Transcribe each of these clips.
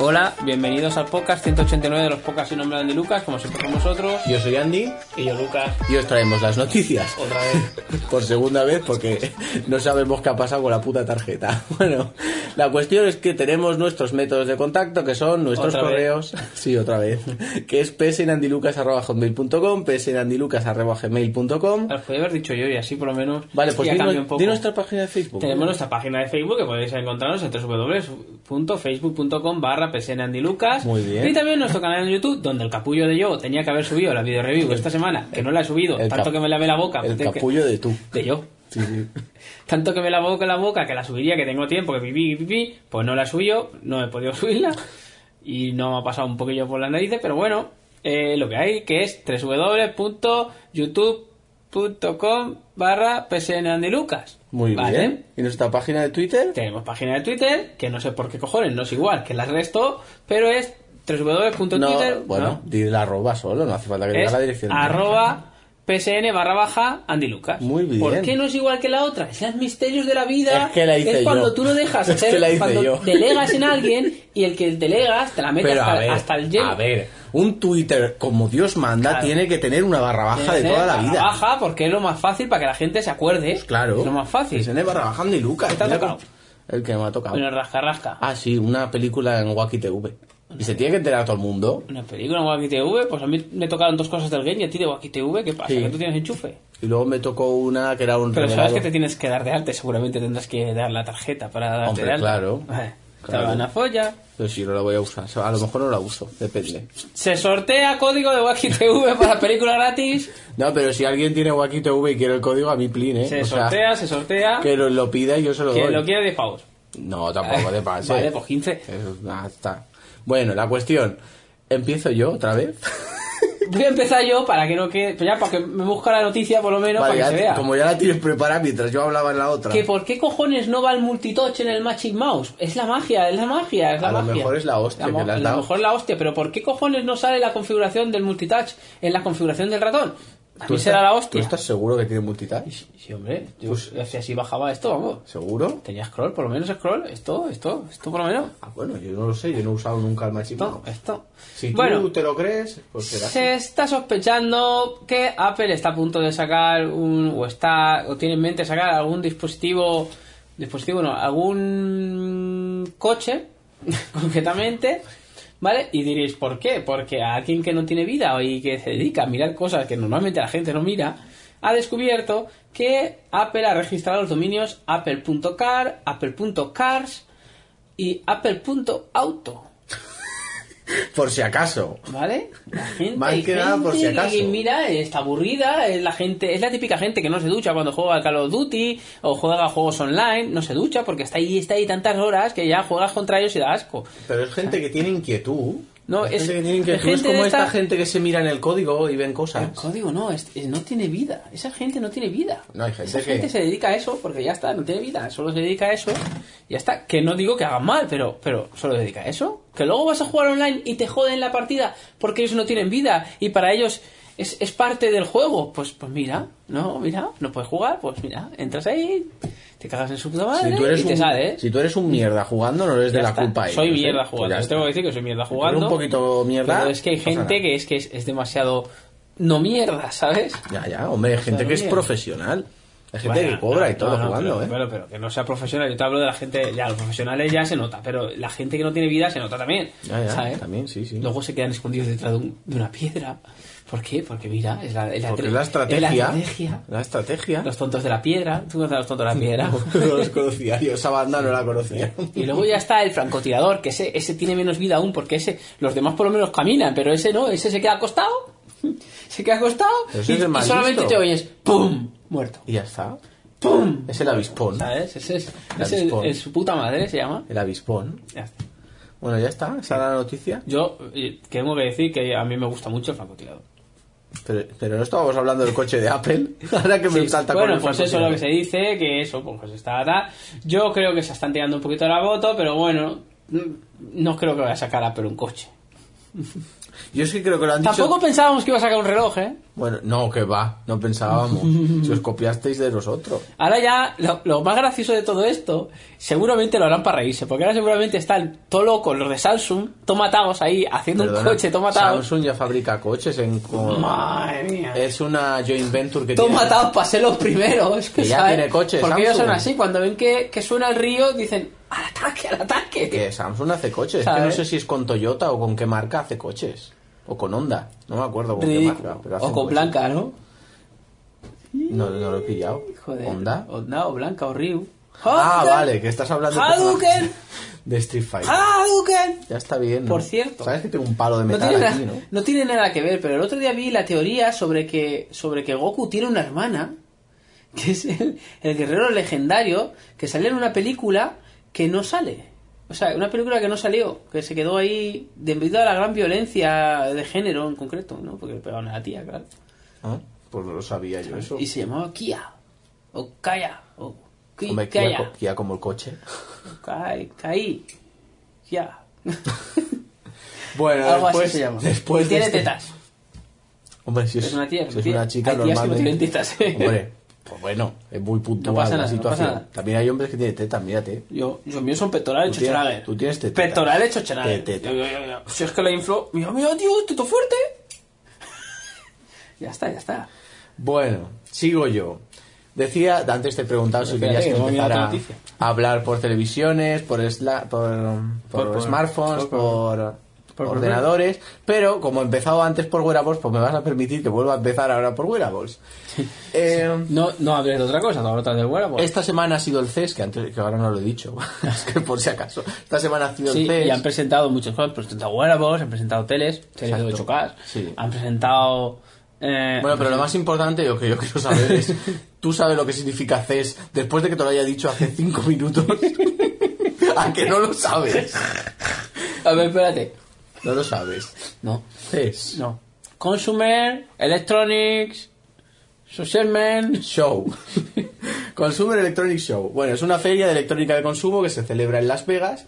Hola, bienvenidos al podcast 189 de los podcasts sin nombre de Andy Lucas, como siempre con nosotros. Yo soy Andy Y yo, Lucas, y os traemos las noticias. otra vez. Por segunda vez porque no sabemos qué ha pasado con la puta tarjeta. Bueno, la cuestión es que tenemos nuestros métodos de contacto que son nuestros Otra vez. correos. Sí, otra vez. Que es psenandilucas.com, psenandilucas.gmail.com. Os podía haber dicho yo y así por lo menos. Vale, pues ya dinos- cambia un di, poco. nuestra página de Facebook. Tenemos nuestra página de Facebook que podéis encontrarnos en www.facebook.com barra psnandilucas. Muy bien. Y también nuestro canal en YouTube, donde el capullo de yo tenía que haber subido la video review esta semana, que no la he subido, el tanto cap- que me lavé la boca. El de que- capullo de tú. de yo. Sí, sí. Tanto que me la boca la boca, que la subiría, que tengo tiempo, que pipí, pipí, pues no la suyo, no he podido subirla. Y no me ha pasado un poquillo por las narices, pero bueno, eh, lo que hay que es www.youtube.com barra psnandilucas. Muy ¿Vale? bien. ¿Y nuestra página de Twitter? Tenemos página de Twitter, que no sé por qué cojones, no es igual que las resto, pero es www.twitter, bueno, ¿no? di la arroba solo, no hace falta que diga es la dirección. arroba psn barra baja Andy Lucas. Muy bien. ¿Por qué no es igual que la otra? Es los misterios de la vida. Es que la hice Es cuando yo. tú lo dejas Es hacer, que la hice cuando yo. delegas en alguien y el que delegas te la mete Pero hasta, a ver, hasta el gel. a ver, un Twitter como Dios manda Claro. tiene que tener una barra baja de Tiene toda la barra vida. Baja porque es lo más fácil para que la gente se acuerde. Pues claro. Es lo más fácil. Es en el barra bajando y Lucas. ¿Qué te ha mira tocado? cómo- El que me ha tocado. Bueno, rasca, rasca. Ah, sí, una película en Wacky TV. Y se tiene que enterar todo el mundo. Una película en Wacky TV, pues a mí me tocaron dos cosas del game y a ti de Wacky TV, ¿qué pasa? Sí. Que tú tienes enchufe. Y luego me tocó una que era un Pero regalo. sabes que te tienes que dar de alta, seguramente tendrás que dar la tarjeta para darte Hombre, de alta. claro. Eh, te Claro. van a follar. Pero sí, no la voy a usar. A lo mejor no la uso, depende. Se sortea código de Wacky TV para película gratis. No, pero si alguien tiene Wacky TV y quiere el código, a mí plin, ¿eh? Se O sea, sortea, se sortea. que Oh, lo, lo pida y yo se lo Quien doy. lo quiera, 10 pavos. No, tampoco te pases. Vale, pues 15. Eso, ah, está. Bueno, la cuestión. ¿Empiezo yo otra vez? Voy a empezar yo para que no quede. pues ya, para que me busque la noticia por lo menos Vale, para ya- que se vea. como ya la tienes preparada mientras yo hablaba en la otra. Que por qué cojones no va el multitouch en el Magic Mouse. Es la magia, es la magia, es la A lo magia. mejor es la hostia mo- que le has a lo dado. mejor es la hostia, pero ¿por qué cojones no sale la configuración del multitouch en la configuración del ratón? A ¿Tú mí estás- será la hostia. ¿Tú estás Pues- seguro que tiene multitouch? Sí, hombre, yo, si así bajaba esto, vamos. ¿Seguro? Tenía scroll, por lo menos scroll, esto, esto, esto por lo menos. Ah, bueno, yo no lo sé, yo no he usado nunca el Magic Esto, Mouse. esto. Si bueno, tú te lo crees, pues será. así. se está sospechando que Apple está a punto de sacar un o está o tiene en mente sacar algún dispositivo dispositivo no, algún coche concretamente, ¿vale? Y diréis, ¿por qué? Porque a alguien que no tiene vida y que se dedica a mirar cosas que normalmente la gente no mira, ha descubierto que Apple ha registrado los dominios apple.car, apple.cars y apple.auto. Por si acaso. ¿Vale? La gente, Más hay que nada por si gente que acaso. mira, está aburrida, es la gente, es la típica gente que no se ducha cuando juega a Call of Duty o juega a juegos online, no se ducha porque está ahí, está ahí tantas horas que ya juegas contra ellos y da asco. Pero es gente que tiene inquietud. No, es- es, gente que tiene es inquietud. gente es como de esta... esta- gente que se mira en el código y ven cosas. El código no, es- es- no tiene vida, esa gente no tiene vida. No, hay gente Esa que- gente se dedica a eso porque ya está, no tiene vida, solo se dedica a eso, ya está. Que no digo que hagan mal, pero, pero solo se dedica a eso. Que luego vas a jugar online y te joden la partida porque ellos no tienen vida y para ellos es, es parte del juego. Pues, pues mira, no, mira, no puedes jugar, pues mira, entras ahí, te cagas en su puta madre Si tú, eres y te un, sale, ¿eh? si tú eres un mierda jugando, no eres de Ya la está. culpa a Soy ellos, ¿eh? mierda Pues jugando. ya Os está. tengo que decir que soy mierda jugando. un poquito mierda, Pero es que hay no pasa gente nada. que es que es, es demasiado no mierda, ¿sabes? Ya, ya, hombre, hay gente que es bien. profesional. Hay gente Bueno, que cobra no, y todo no, no, jugando, pero, ¿eh? Bueno, pero que no sea profesional. Yo te hablo de la gente, ya, los profesionales ya se nota, pero la gente que no tiene vida se nota también. Ya, ya, ¿sabes? también, sí, sí. Luego se quedan escondidos detrás de, un- de una piedra. ¿Por qué? Porque mira, es la, es la, Porque tre- es la estrategia. es la estrategia. La estrategia. Los tontos de la piedra. Tú conoces a los tontos de la piedra. No los conocía, yo esa banda no la conocía. Y luego ya está el francotirador, que ese, ese tiene menos vida aún, porque ese, los demás por lo menos caminan, pero ese no, ese se queda acostado, se queda acostado, Pero y, ese es el y más solamente listo. te oyes ¡pum! muerto. Y ya está. ¡Pum! Es el avispón. ¿Sabes? Ese es, La ese es- Bispón. es su puta madre, se llama. El avispón. Ya está. Bueno, ya está, esa era la noticia. Yo eh, tengo que decir que a mí me gusta mucho el francotirador. Pero, pero no estábamos hablando del coche de Apple. Ahora que me Sí, salta bueno, con el pues francotirador. eso es lo que se dice, que eso, pues está tal. Yo creo que se están tirando un poquito la moto, pero bueno, mm, no creo que vaya a sacar a Apple un coche. Yo es que creo que lo han dicho... Tampoco pensábamos que iba a sacar un reloj, ¿eh? Bueno, no, que va, no pensábamos. si os copiasteis de nosotros. Ahora ya, lo, lo más gracioso de todo esto, seguramente lo harán para reírse, porque ahora seguramente están todo loco los de Samsung, tomatados ahí, haciendo Perdona, un coche, tomatados. Samsung ya fabrica coches en... con- Madre mía. Es una joint venture que tiene... Tomatados para ser los primeros. Que ya ¿sabes? tiene coche, Porque ellos son Samsung. así, cuando ven que, que suena el río, dicen, al ataque, al ataque. Que Samsung hace coches. Es que ¿Sabes? no sé si es con Toyota o con qué marca hace coches. O con Honda. No me acuerdo con qué Ridículo. marca. Pero o hacen con coches. Blanca, ¿no? No, no lo he pillado. Joder. ¿Honda? Honda o Blanca o Ryu. Ah, Hadouken. vale, que estás hablando de Hadouken. de Street Fighter. Hadouken. Ya está bien. ¿no? Por cierto. Sabes que tengo un palo de No metal tiene, aquí, nada, ¿no? no tiene nada que ver, pero el otro día vi la teoría sobre que, sobre que Goku tiene una hermana, que es el, el guerrero legendario, que sale en una película que no sale. O sea, una película que no salió, que se quedó ahí debido a la gran violencia de género en concreto, ¿no? Porque le pegaban a la tía, claro. Ah, Pues no lo sabía yo eso. Y se llamaba Kia, o Kaya, o Ki- Hombre, Kia Kaya, co- Kia como el coche. o Kai, Kai, Kia. Bueno, Algo después, así se llama. después Y de tiene este- tetas. Hombre, si es, Es una tía, si es una es tía. una chica Hay tías que no normalmente. tienen tetas, ¿eh? Hombre, pues bueno, es muy puntual pasa la nada, no situación. pasa nada. También hay hombres que tienen tetas, mírate. Yo, los míos son pectorales Tú tienes- chocherager. tú tienes tetita. Pectorales chocherager. Tetita. Yo, yo, yo, yo. Si es que la inflo. Mira, mira, tío, tito fuerte. ya está, ya está. Bueno, sigo yo. Decía, antes te preguntaba si Espérate, querías que que hemos mirado empezara otra noticia. a hablar por televisiones, por, sla- por, por Por- por- smartphones, por- por, por- por- ordenadores, pero como he empezado antes por wearables, pues me vas a permitir que vuelva a empezar ahora por wearables. Eh, No, no hables de otra cosa, no hablas del huevo. esta semana ha sido el CES, que, antes, que ahora no lo he dicho, es que por si acaso. Esta semana ha sido Sí, el CES. y han presentado muchas cosas. Han presentado wearables, han presentado teles, teles de Exacto. 8K. Sí. Han presentado. eh, Bueno, pero lo más importante, lo que yo quiero saber es, ¿tú sabes lo que significa CES después de que te lo haya dicho hace cinco minutos? ¿A que no lo sabes? A ver, espérate. No lo sabes. No, CES. no. Consumer, Electronics, Social Men. Show. Consumer Electronic Show. Bueno, es una feria de electrónica de consumo que se celebra en Las Vegas.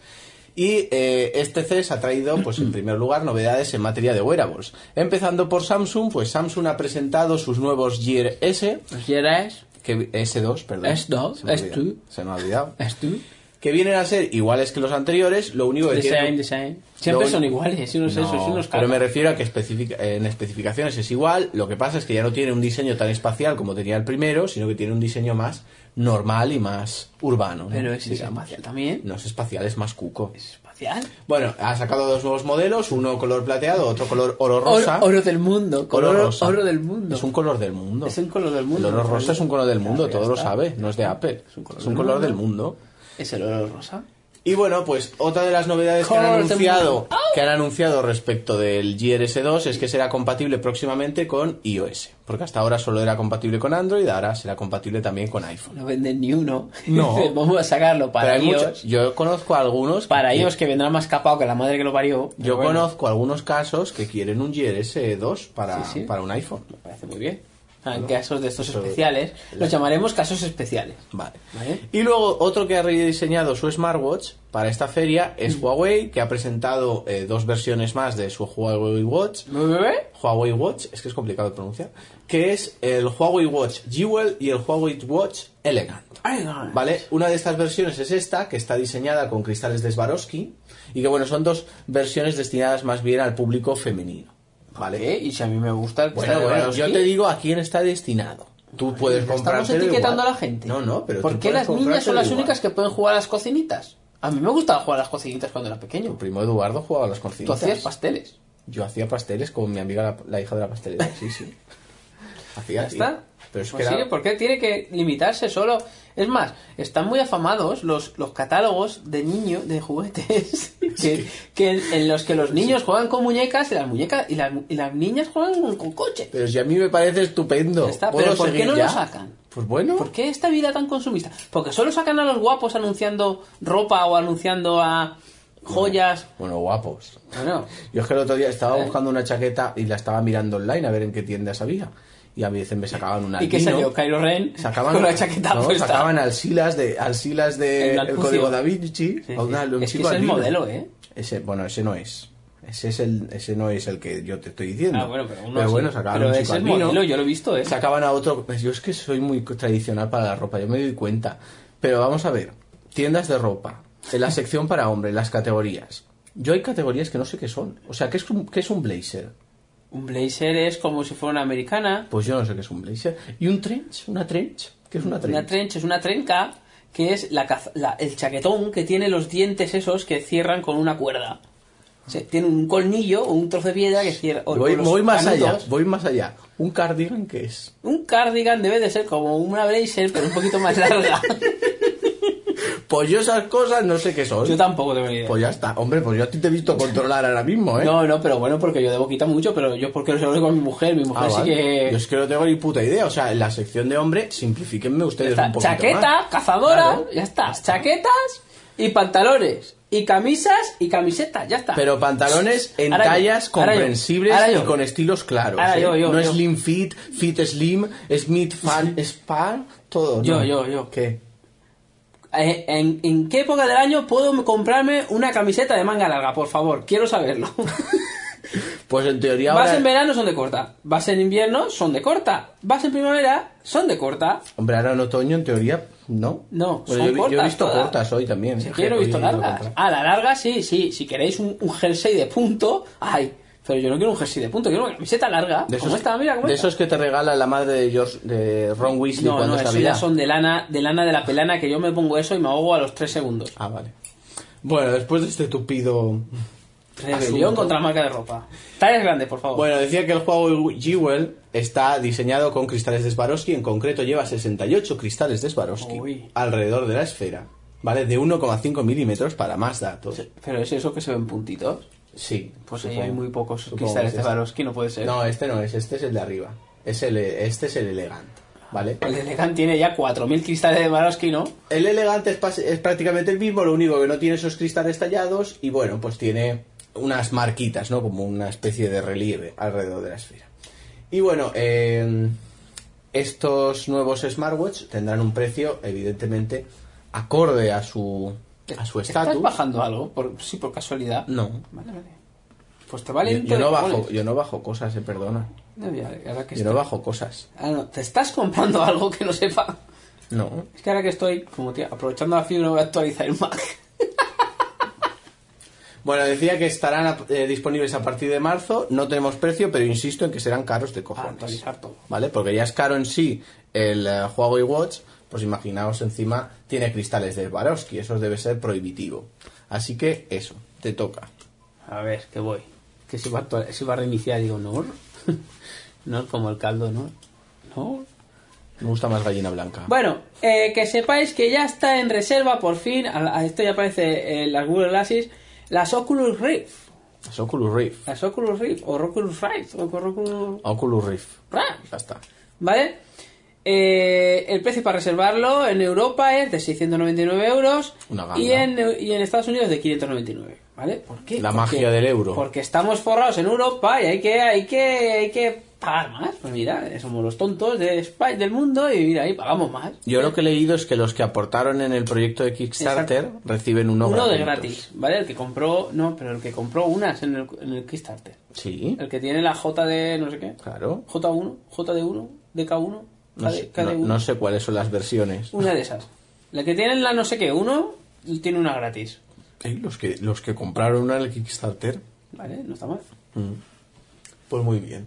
Y eh, este CES ha traído, pues en primer lugar, novedades en materia de wearables. Empezando por Samsung, pues Samsung ha presentado sus nuevos Gear S, Los Yeras, que, S2, perdón. S2, Se me ha S2. olvidado. Se me ha olvidado. ¿es tú? que vienen a ser iguales que los anteriores, lo único que Design, tienen- design. Siempre Lo- son iguales, ¿eh? unos No, esos, unos pero caras. me refiero a que especifica- en especificaciones es igual, lo que pasa es que ya no tiene un diseño tan espacial como tenía el primero, sino que tiene un diseño más normal y más urbano. ¿no? Pero es Digamos. espacial también. No es espacial, es más cuco. Es espacial. Bueno, ha sacado dos nuevos modelos, uno color plateado, otro color oro rosa. Oro, oro del mundo. Color Color oro, rosa. del mundo. Es un color del mundo. Es un color del mundo. El oro rosa es un color del Ya, mundo, ya todo lo está. sabe, no es de Apple. Es un color es un del color mundo. del mundo. Es el oro rosa. Y bueno, pues otra de las novedades que han, Corte anunciado, mundo. que han anunciado respecto del GRS2 es que será compatible próximamente con iOS. Porque hasta ahora solo era compatible con Android, ahora será compatible también con iPhone. No venden ni uno. No. Dicen, Vamos a sacarlo para Pero hay ellos. muchos- yo conozco algunos. Para que- ellos que vendrá más capado que la madre que lo parió. pero Yo bueno, conozco algunos casos que quieren un GRS2 para, Sí, sí. para un iPhone. Me parece muy bien. Ah, casos de estos eso- especiales. Los llamaremos casos especiales. Vale. Vale. Y luego otro que ha rediseñado su smartwatch para esta feria es Mm. Huawei, que ha presentado eh, dos versiones más de su Huawei Watch. ¿Me bebé? Huawei Watch, es que es complicado de pronunciar, que es el Huawei Watch Jewel y el Huawei Watch Elegant. Ay, no. ¿Vale? Una de estas versiones es esta, que está diseñada con cristales de Swarovski, y que bueno, son dos versiones destinadas más bien al público femenino. ¿Vale? ¿Eh? Y si a mí me gusta el Bueno, cristal de bueno, Swarovski, yo te digo a quién está destinado. Tú puedes Estamos comprar. etiquetando a la gente. No, no, pero. ¿Por tú qué puedes las niñas son comprártelo las igual. únicas que pueden jugar a las cocinitas? A mí me gustaba jugar a las cocinitas cuando era pequeño. Tu primo Eduardo jugaba a las Tú cocinas. hacías pasteles. Yo hacía pasteles con mi amiga, la, la hija de la pastelera. Sí, sí. Hacía. Ya sí. está. Pero es Pues que sí, era- ¿por qué tiene que limitarse solo? Es más, están muy afamados los, los catálogos de niño de juguetes que, que en, en los que los niños juegan con muñecas y las muñecas y las, y las niñas juegan con, con coche. Pero si a mí me parece estupendo. Ya está, ¿Puedo pero ¿por qué seguir no lo ya? sacan? Pues bueno. ¿Por qué esta vida tan consumista? Porque solo sacan a los guapos anunciando ropa o anunciando a joyas. Eh. Bueno, guapos. Bueno, Yo es que el otro día estaba buscando una chaqueta y la estaba mirando online a ver en qué tiendas había. Y a veces me sacaban una ¿y qué Albino. salió? Kylo Ren Sacaban, con la chaqueta no, puesta. sacaban al Silas de, al Silas de El el, Alcucio. código da Vinci. Sí, a una- sí. un Es que chico es el albino. modelo, ¿eh? Ese, bueno, ese no es. Ese, es el, ese no es el que yo te estoy diciendo. Ah, bueno, pero uno sí. bueno, sacaban Pero un es chico el albino, modelo, yo lo he visto, ¿eh? Sacaban a otro... pues yo es que soy muy tradicional para la ropa, yo me doy cuenta. Pero vamos a ver, tiendas de ropa, en la sección para hombre, las categorías. Yo hay categorías que no sé qué son. O sea, ¿qué es un, qué es un blazer? Un blazer es como si fuera una americana. Pues yo no sé qué es un blazer. ¿Y un trench? ¿Una trench? ¿Qué es una trench? Una trench es una trenca que es la, caz- la- el chaquetón que tiene los dientes esos que cierran con una cuerda. O sea, tiene un colnillo o un trozo de piedra que cierra. o- voy o los voy más allá, canudos. voy más allá. ¿Un cardigan qué es? Un cardigan debe de ser como una blazer, pero un poquito más larga. Pues yo esas cosas no sé qué son. yo tampoco tengo ni idea. Pues ya está. Hombre, pues yo a ti te he visto controlar ahora mismo, ¿eh? No, no, pero bueno, porque yo de boquita mucho, pero yo porque lo hablo con mi mujer, mi mujer Ah, sí vale. que... Yo es que no tengo ni puta idea. O sea, en la sección de hombre, simplifíquenme ustedes Está, un poquito chaqueta, más. cazadora, Claro. ya está. Chaquetas y pantalones. Y camisas y camisetas, ya está. Pero pantalones en Ahora yo, tallas ahora yo, comprensibles ahora yo. y con estilos claros. Ahora ¿eh? yo, yo, no yo. slim fit, fit slim, smith fan, span, todo. ¿no? Yo, yo, yo. ¿Qué? Eh, ¿En, en qué época del año puedo comprarme una camiseta de manga larga? Por favor, quiero saberlo. Pues en teoría Vas ahora... en verano, son de corta. Vas en invierno, son de corta. Vas en primavera, son de corta. Hombre, ahora en otoño, en teoría, no. No, Bueno, son yo, vi- yo he cortas visto todas. cortas hoy también. ¿eh? Si quiero, he Hoy visto he ido largas. contra. A la larga, sí, sí. Si queréis un, un jersey de punto, ay. Pero yo no quiero un jersey de punto, quiero una camiseta larga. De ¿Cómo esos, está? Mira, ¿cómo de está. esos que te regala la madre de, George, de Ron Weasley No, cuando no, es eso Navidad. ya son de lana, de lana de la pelana que yo me pongo eso y me ahogo a los tres segundos. Ah, vale. Bueno, después de este tupido... Rebelión Asunto. contra la marca de ropa. Tallas grandes, por favor. Bueno, decía que el juego Jewel está diseñado con cristales de Swarovski, en concreto lleva 68 cristales de Swarovski Uy. alrededor de la esfera, ¿vale? De 1,5 milímetros para más datos. Pero es eso que se ven puntitos. Sí, Pues ahí supongo- hay muy pocos supongo cristales que de es este. Swarovski, no puede ser. No, este no es, este es el de arriba. Es el, este es el elegante, ¿vale? El de Legan tiene ya 4.000 cristales de Swarovski, ¿no? El elegante es, pas- es prácticamente el mismo, lo único que no tiene esos cristales tallados y bueno, pues tiene unas marquitas, ¿no? Como una especie de relieve alrededor de la esfera. Y bueno, eh, estos nuevos smartwatch tendrán un precio, evidentemente, acorde a su a su ¿Estás estatus. bajando algo? Por, sí, por casualidad. No, Vale, vale. Pues te yo, valen... Mm. yo no bajo, cojones. yo no bajo cosas, se perdona. No, ya, ahora que Yo estoy- no bajo cosas. Ah, no, te estás comprando algo que no sepa. No. Es que ahora que estoy, como tío, aprovechando la fibra, voy a actualizar el Mac. Bueno, decía que estarán a- eh, disponibles a partir de marzo. No tenemos precio, pero insisto en que serán caros de cojones. Ah, actualizar todo. ¿Vale? Porque ya es caro en sí el eh, Huawei Watch, pues imaginaos encima tiene cristales de Swarovski, eso debe ser prohibitivo. Así que eso, te toca. A ver, que voy. Que si va a, actual- si va a reiniciar, digo, no. No, como el caldo, ¿no? No. Me gusta más gallina blanca. Bueno, eh, que sepáis que ya está en reserva por fin, a, a esto ya aparece en las Google Glasses, las Oculus Rift. Es Oculus Rift. Las Oculus Rift, o Oculus Rift, o Oculus Oculus Rift. Rift. Ya está. ¿Vale? Eh, el precio para reservarlo en Europa es de 699 euros Una ganga. y en, y en Estados Unidos de 599. ¿Vale? ¿Por qué? La Porque- magia del euro. Porque estamos forrados en Europa y hay que, hay que, hay que pagar más. Pues mira, somos los tontos de España, del mundo y mira, ahí pagamos más. Yo lo que he leído es que los que aportaron en el proyecto de Kickstarter Exacto. reciben uno, Uno de gratuitos. gratis, ¿vale? El que compró, no, pero el que compró unas en el, en el Kickstarter. Sí, El que tiene la J de no sé qué. claro. J1, JD1, DK1, KD- No sé, KD1. no- no sé cuáles son las versiones. Una de esas. La que tiene la no sé qué, uno, tiene una gratis. Ey, Los que, los que compraron una en el Kickstarter. ¿Vale? No está mal. Pues muy bien.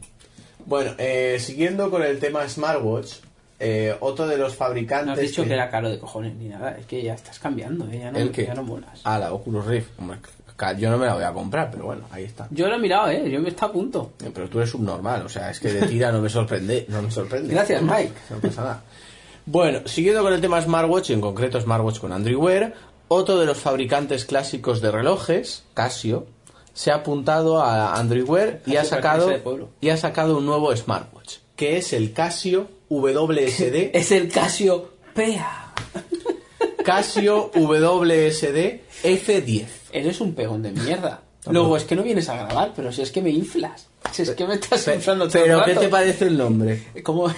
Bueno, eh, siguiendo con el tema smartwatch, eh, otro de los fabricantes. No has dicho que- que era caro de cojones ni nada. Es que ya estás cambiando, ¿eh? Ya no, ¿El qué? ya no molas. Ah, la Oculus Rift. Hombre, ca- yo no me la voy a comprar, pero bueno, ahí está. Yo lo he mirado, ¿eh? Yo me está a punto. Eh, Pero tú eres subnormal, o sea, es que de tira no me sorprende. No me sorprende. Gracias, Mike. No pasa nada. Bueno, siguiendo con el tema smartwatch, y en concreto smartwatch con Android Wear, otro de los fabricantes clásicos de relojes, Casio, se ha apuntado a Android Wear Casio y ha parece sacado de pueblo. y ha sacado un nuevo smartwatch, que es el Casio WSD, Es el Casio Pea. Casio WSD F10. Eres un peón de mierda. Luego es que no vienes a grabar, pero si es que me inflas. Si es que me estás inflando todo el Pero ¿qué rato. te parece el nombre? ¿Cómo es?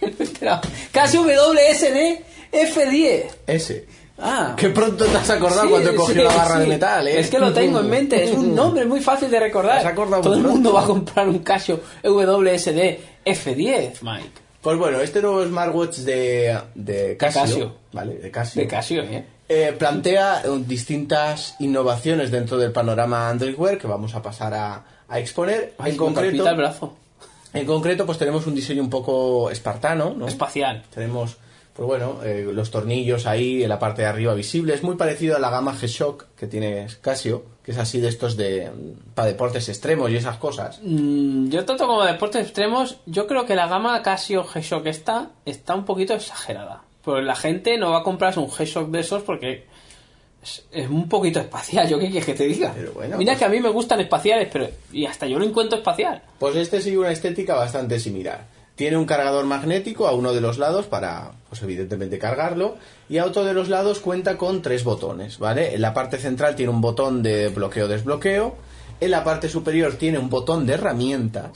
No me he enterado. Casio WSD F10. Ese. Ah. Que pronto te has acordado Sí, cuando sí, cogió la barra de sí. metal, ¿eh? Es que lo tengo en mente, es un nombre muy fácil de recordar. Has acordado Todo el pronto. mundo va a comprar un Casio WSD F10, Mike. Pues bueno, este nuevo smartwatch de, de Casio, Casio. ¿vale? De Casio. De Casio, ¿eh? eh, plantea eh, distintas innovaciones dentro del panorama Android Wear que vamos a pasar a, a exponer. Ay, me en, concreto, palpita el brazo. en concreto, pues tenemos un diseño un poco espartano, ¿no? Espacial. Tenemos, pues bueno, eh, los tornillos ahí en la parte de arriba visibles. Muy parecido a la gama G-Shock que tiene Casio, que es así de estos de mm, para deportes extremos y esas cosas. Mm, Yo tanto como deportes extremos, yo creo que la gama Casio G-Shock esta está un poquito exagerada. Pues la gente no va a comprarse un G-Shock de esos porque es, es un poquito espacial, yo qué quieres que te diga. Pero bueno, Mira pues- que a mí me gustan espaciales, pero y hasta yo lo encuentro espacial. Pues este sigue una estética bastante similar. Tiene un cargador magnético a uno de los lados para, pues evidentemente, cargarlo. Y a otro de los lados cuenta con tres botones, ¿vale? En la parte central tiene un botón de bloqueo-desbloqueo. En la parte superior tiene un botón de herramientas.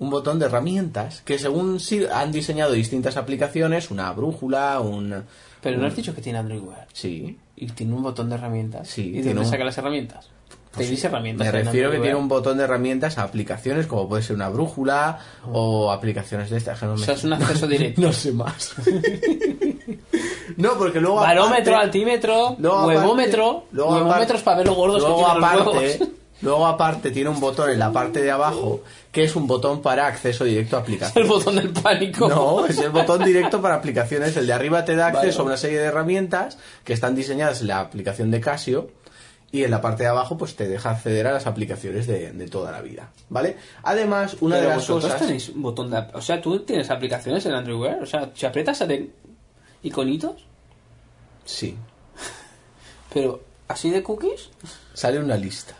Un botón de herramientas que según si- han diseñado distintas aplicaciones, una brújula, un... Pero no has dicho que tiene Android Wear. Sí. Y tiene un botón de herramientas. Sí, ¿Y de tiene dónde un- saca las herramientas? Tenéis herramientas. Me en refiero que Android tiene Wear. un botón de herramientas a aplicaciones como puede ser una brújula Mm. o aplicaciones de estas. que no O me- sea, es un acceso directo. No sé más. no, porque luego. Barómetro, aparte- altímetro, luego aparte- huevómetros. luego aparte- Huevómetros para ver los gordos que luego tienen los aparte, huevos. luego aparte tiene un botón en la parte de abajo que es un botón para acceso directo a El aplicaciones. botón del pánico. No, es el botón directo para aplicaciones. El de arriba te da Vale. acceso a una serie de herramientas que están diseñadas en la aplicación de Casio y en la parte de abajo pues te deja acceder a las aplicaciones de, de toda la vida, ¿vale? Además, una Pero de las vosotros cosas... tenéis un botón de... O sea, tú tienes aplicaciones en Android Wear. O sea, si aprietas salen iconitos, Sí, pero así de cookies. sale una lista.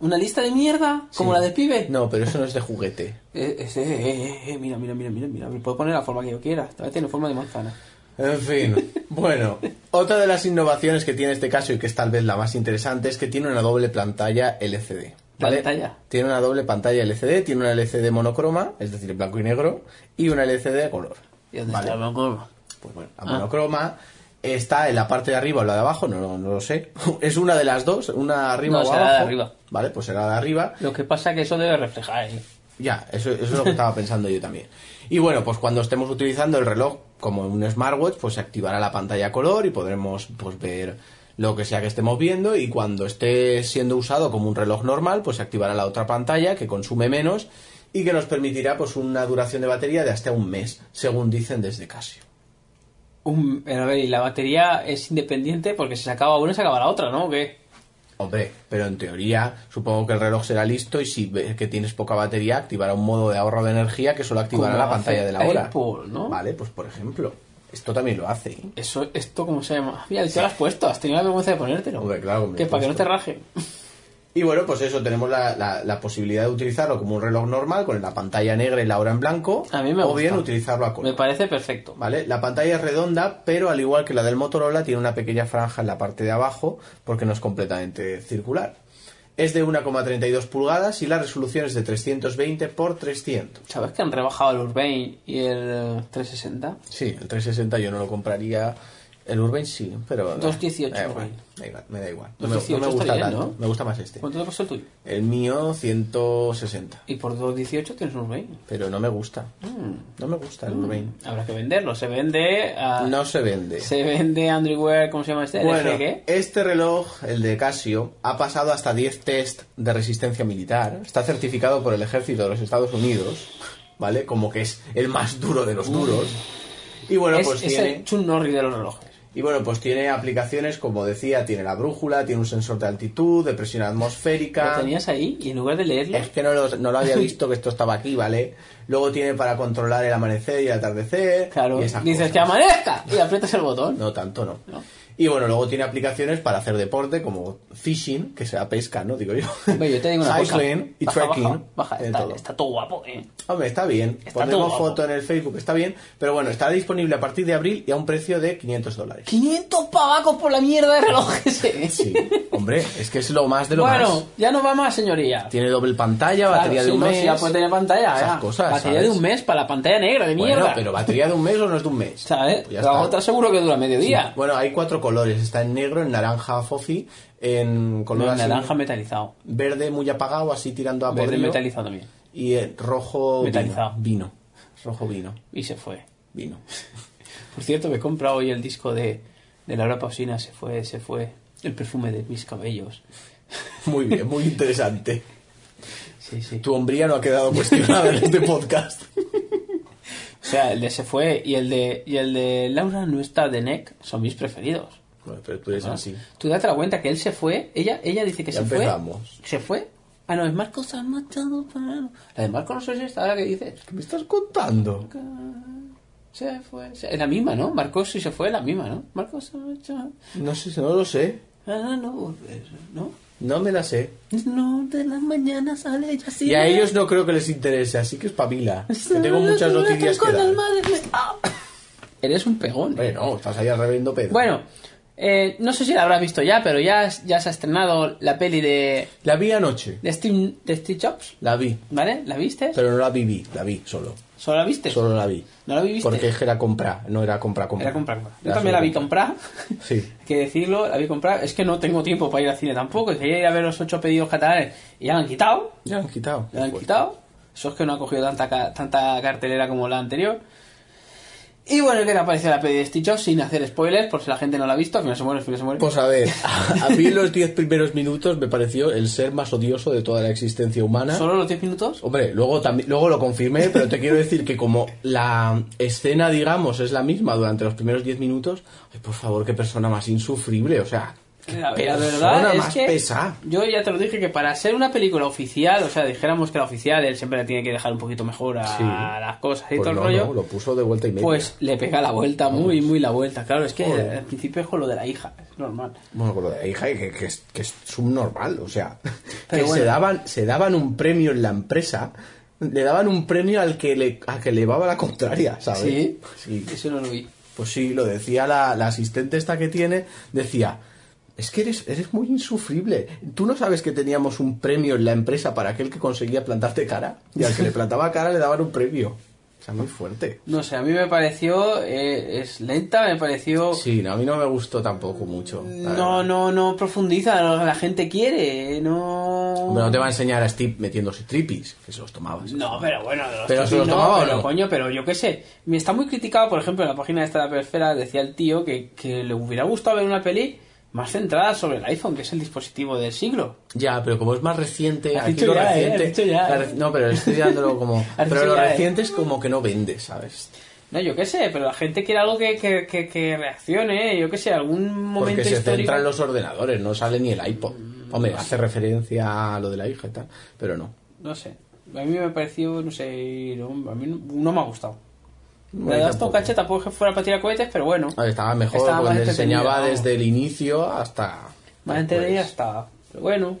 Una lista de mierda, como Sí. la del pibe. No, pero eso no es de juguete. Eh, eh, eh, eh, eh, mira, mira, mira, mira, mira. Me puedo poner la forma que yo quiera. Esta vez tiene forma de manzana. En fin, bueno, otra de las innovaciones que tiene este caso y que es tal vez la más interesante es que tiene una doble pantalla LCD. ¿Pantalla? Tiene una doble pantalla LCD, tiene una LCD monocroma, es decir, en blanco y negro, y una LCD de color. ¿Y dónde Vale. está el banco? Pues bueno, la Ah. monocroma está en la parte de arriba o la de abajo, no, no, no lo sé. Es una de las dos, una arriba No, o será la de abajo. arriba. Vale, pues será la de arriba. Lo que pasa es que eso debe reflejar. ¿eh? Ya, eso, eso es lo que estaba pensando yo también. Y bueno, pues cuando estemos utilizando el reloj como un smartwatch, pues se activará la pantalla a color y podremos pues ver lo que sea que estemos viendo y cuando esté siendo usado como un reloj normal, pues se activará la otra pantalla que consume menos y que nos permitirá pues una duración de batería de hasta un mes, según dicen desde Casio. Un- a ver, y la batería es independiente porque si se acaba una, se acaba la otra, ¿no? ¿O qué? Hombre, pero en teoría supongo que el reloj será listo y si ves que tienes poca batería activará un modo de ahorro de energía que solo activará Como la pantalla hace de la hora. Apple, ¿no? Vale, pues por ejemplo, esto también lo hace. ¿eh? Eso, esto, ¿cómo se llama? Mira, te lo has puesto, has tenido la vergüenza de ponértelo. Hombre, claro que me lo Que he para que no puesto. te raje. Y bueno, pues eso, tenemos la, la- la posibilidad de utilizarlo como un reloj normal con la pantalla negra y la hora en blanco. A mí me o gusta. bien utilizarlo a Me color. parece perfecto. ¿Vale? La pantalla es redonda, pero al igual que la del Motorola, tiene una pequeña franja en la parte de abajo porque no es completamente circular. Es de 1,32 pulgadas y la resolución es de 320 x 300. ¿Sabes que han rebajado el Urbane y el 360? Sí, el 360 yo no lo compraría. El Urbane sí, pero... 218 da igual, Urbane. da igual, me da igual. No me, no me 218 está gusta bien, tanto. ¿no? Me gusta más este. ¿Cuánto te costó el tuyo? El mío 160. Y por 2.18 tienes un Urbane. Pero no me gusta. Mm. No me gusta el Urbane. Habrá que venderlo. Se vende a... No se vende. Se vende Android Wear, ¿cómo se llama este? Bueno, LG. este reloj, el de Casio, ha pasado hasta 10 test de resistencia militar. Está certificado por el ejército de los Estados Unidos, ¿vale? Como que es el más duro de los duros. Y bueno, es, pues es tiene... el Chun Norris de los relojes. Y bueno, pues tiene aplicaciones, como decía, tiene la brújula, tiene un sensor de altitud, de presión atmosférica. Lo tenías ahí y en lugar de leerlo... Es que no lo, no lo había visto que esto estaba aquí, ¿vale? Luego tiene para controlar el amanecer y el atardecer. Claro, y dices esas que cosas. amanezca y aprietas el botón. No, tanto no. No. Y bueno, luego tiene aplicaciones para hacer deporte como fishing, que sea pesca, ¿no? Digo yo. Hombre, yo te digo una cosa. Cycling y Baja, baja, trekking. baja. de Está, todo. está todo guapo, ¿eh? Hombre, está bien. Está todo Ponemos guapo. foto en el Facebook, está bien. Pero bueno, está disponible a partir de abril y a un precio de 500 dólares. 500 pavacos por la mierda de reloj ese. Sí, hombre, es que es lo más de lo bueno, más. ya no va más, señoría. Tiene doble pantalla, Claro, batería de sí, un no, mes. sí, ya puede tener pantalla. Esas ya. cosas, Batería ¿sabes? de un mes para la pantalla negra de Bueno, mierda. pero batería de un mes o no es de un mes. ¿Sabes? Pues ya la está. otra seguro que dura medio Sí. día. Bueno, hay cuatro colores. Está en negro, en naranja fofi, en color No, así, naranja metalizado. verde muy apagado, así tirando a Verde podrido, metalizado también. y eh, rojo Metalizado. vino. Vino. Rojo vino. Y se fue. Vino. Por cierto, me he comprado hoy el disco de, de Laura Pausina, se fue, se fue. El perfume de mis cabellos. Muy bien, muy interesante. Sí, sí. Tu hombría no ha quedado cuestionada en este podcast. O sea, el de se fue y el de y el de Laura no está de Neck son mis preferidos. Bueno, pero tú eres ¿no? así. Tú date la cuenta que él se fue, ella ella dice que Ah, Ya se empezamos. fue. Se fue. Ah, no, es Marcos se ha matado para- La de Marcos no sé si está ahora que dices. ¿Qué me estás contando? Se fue. se- Es la misma, ¿no? Marcos sí se fue, la misma, ¿no? Marcos se ha marchado No sé, no lo sé. para no volver, ¿no? No me la sé. No, de las mañanas sale ella así. Y a ellos no creo que les interese, así que espabila. Que tengo muchas noticias que Con las dar. madres me- ¡Ah! Eres un pegón. Hombre, no, estás ahí arrebiendo pedo. Bueno, eh, no sé si la habrás visto ya, pero ya, ya se ha estrenado la peli de, La vi anoche. de, Steve, de Steve Jobs, La vi. ¿vale? ¿La viste? Pero no la viví, la vi solo. ¿Solo la viste? Solo la vi. ¿No la viviste? Porque es que era comprar, no era comprar, comprar. Era comprar. comprar. Yo Era también la solo vi comprar. Sí. Hay que decirlo, la vi comprar. Es que no tengo tiempo para ir al cine tampoco. Quería ir a ver los ocho pedidos catalanes y ya la han quitado. Ya la han quitado. La han quitado. Eso es que no ha cogido tanta, ca- tanta cartelera como la anterior. Y bueno, ¿qué te ha parecido la peli de Steve Jobs? Sin hacer spoilers, por si la gente no la ha visto. Al final se muere, al final se muere. Pues a ver, a mí los 10 primeros minutos me pareció el ser más odioso de toda la existencia humana. ¿Solo los 10 minutos? Hombre, luego, también, luego lo confirmé, pero te quiero decir que como la escena, digamos, es la misma durante los primeros 10 minutos, ay, por favor, qué persona más insufrible, o sea, qué La, la persona verdad es más que pesada. yo ya te lo dije que para ser una película oficial, o sea, dijéramos que la oficial él siempre le tiene que dejar un poquito mejor a Sí. las cosas y Pues todo no, el rollo, no, lo puso de vuelta y media. pues le pega la vuelta muy, muy la vuelta. Claro, es que Joder. al principio es con lo de la hija, es normal. Bueno, con lo de la hija, que, que es, que es subnormal, o sea, Pero que bueno. se, daban, se daban un premio en la empresa, le daban un premio al que le, a que llevaba la contraria, ¿sabes? ¿Sí? Sí. Eso no lo vi. Pues sí, lo decía la, la asistente esta que tiene, decía, es que eres, eres muy insufrible. ¿Tú no sabes que teníamos un premio en la empresa para aquel que conseguía plantarte cara? Y al que le plantaba cara le daban un premio. O sea, muy fuerte. No sé, a mí me pareció, eh, es lenta, me pareció... Sí, no, a mí no me gustó tampoco mucho. la No, verdad. no, no profundiza lo que la gente quiere, eh, no... Hombre, no te va a enseñar a Steve metiéndose tripis, que se los tomabas. No, pero bueno, de los Pero tipis se los no, tomaba, ¿o pero no? coño, pero yo qué sé. Me está muy criticado, por ejemplo, en la página de esta de la Perfera decía el tío que, que le hubiera gustado ver una peli más centrada sobre el iPhone, que es el dispositivo del siglo. Ya, pero como es más reciente, Has aquí dicho lo ya, eh, reciente. has dicho ya, la eh. re- No, pero estoy dándolo como. Has pero dicho lo ya, eh. reciente es como que no vende, ¿sabes? No, yo qué sé, pero la gente quiere algo que, que, que, que reaccione, eh, yo qué sé, algún momento Porque se histórico. centra en los ordenadores, no sale ni el iPod. Hombre, hace referencia a lo de la hija y tal, pero no. No sé. A mí me pareció, no sé, no- a mí no, no me ha gustado. No, la de yo Aston tampoco. Cache tampoco es que fuera para tirar cohetes, pero bueno. A ver, estaba mejor Estaba más porque te entretenida, enseñaba vamos. desde el inicio hasta. Más después. entretenida estaba. Pero bueno.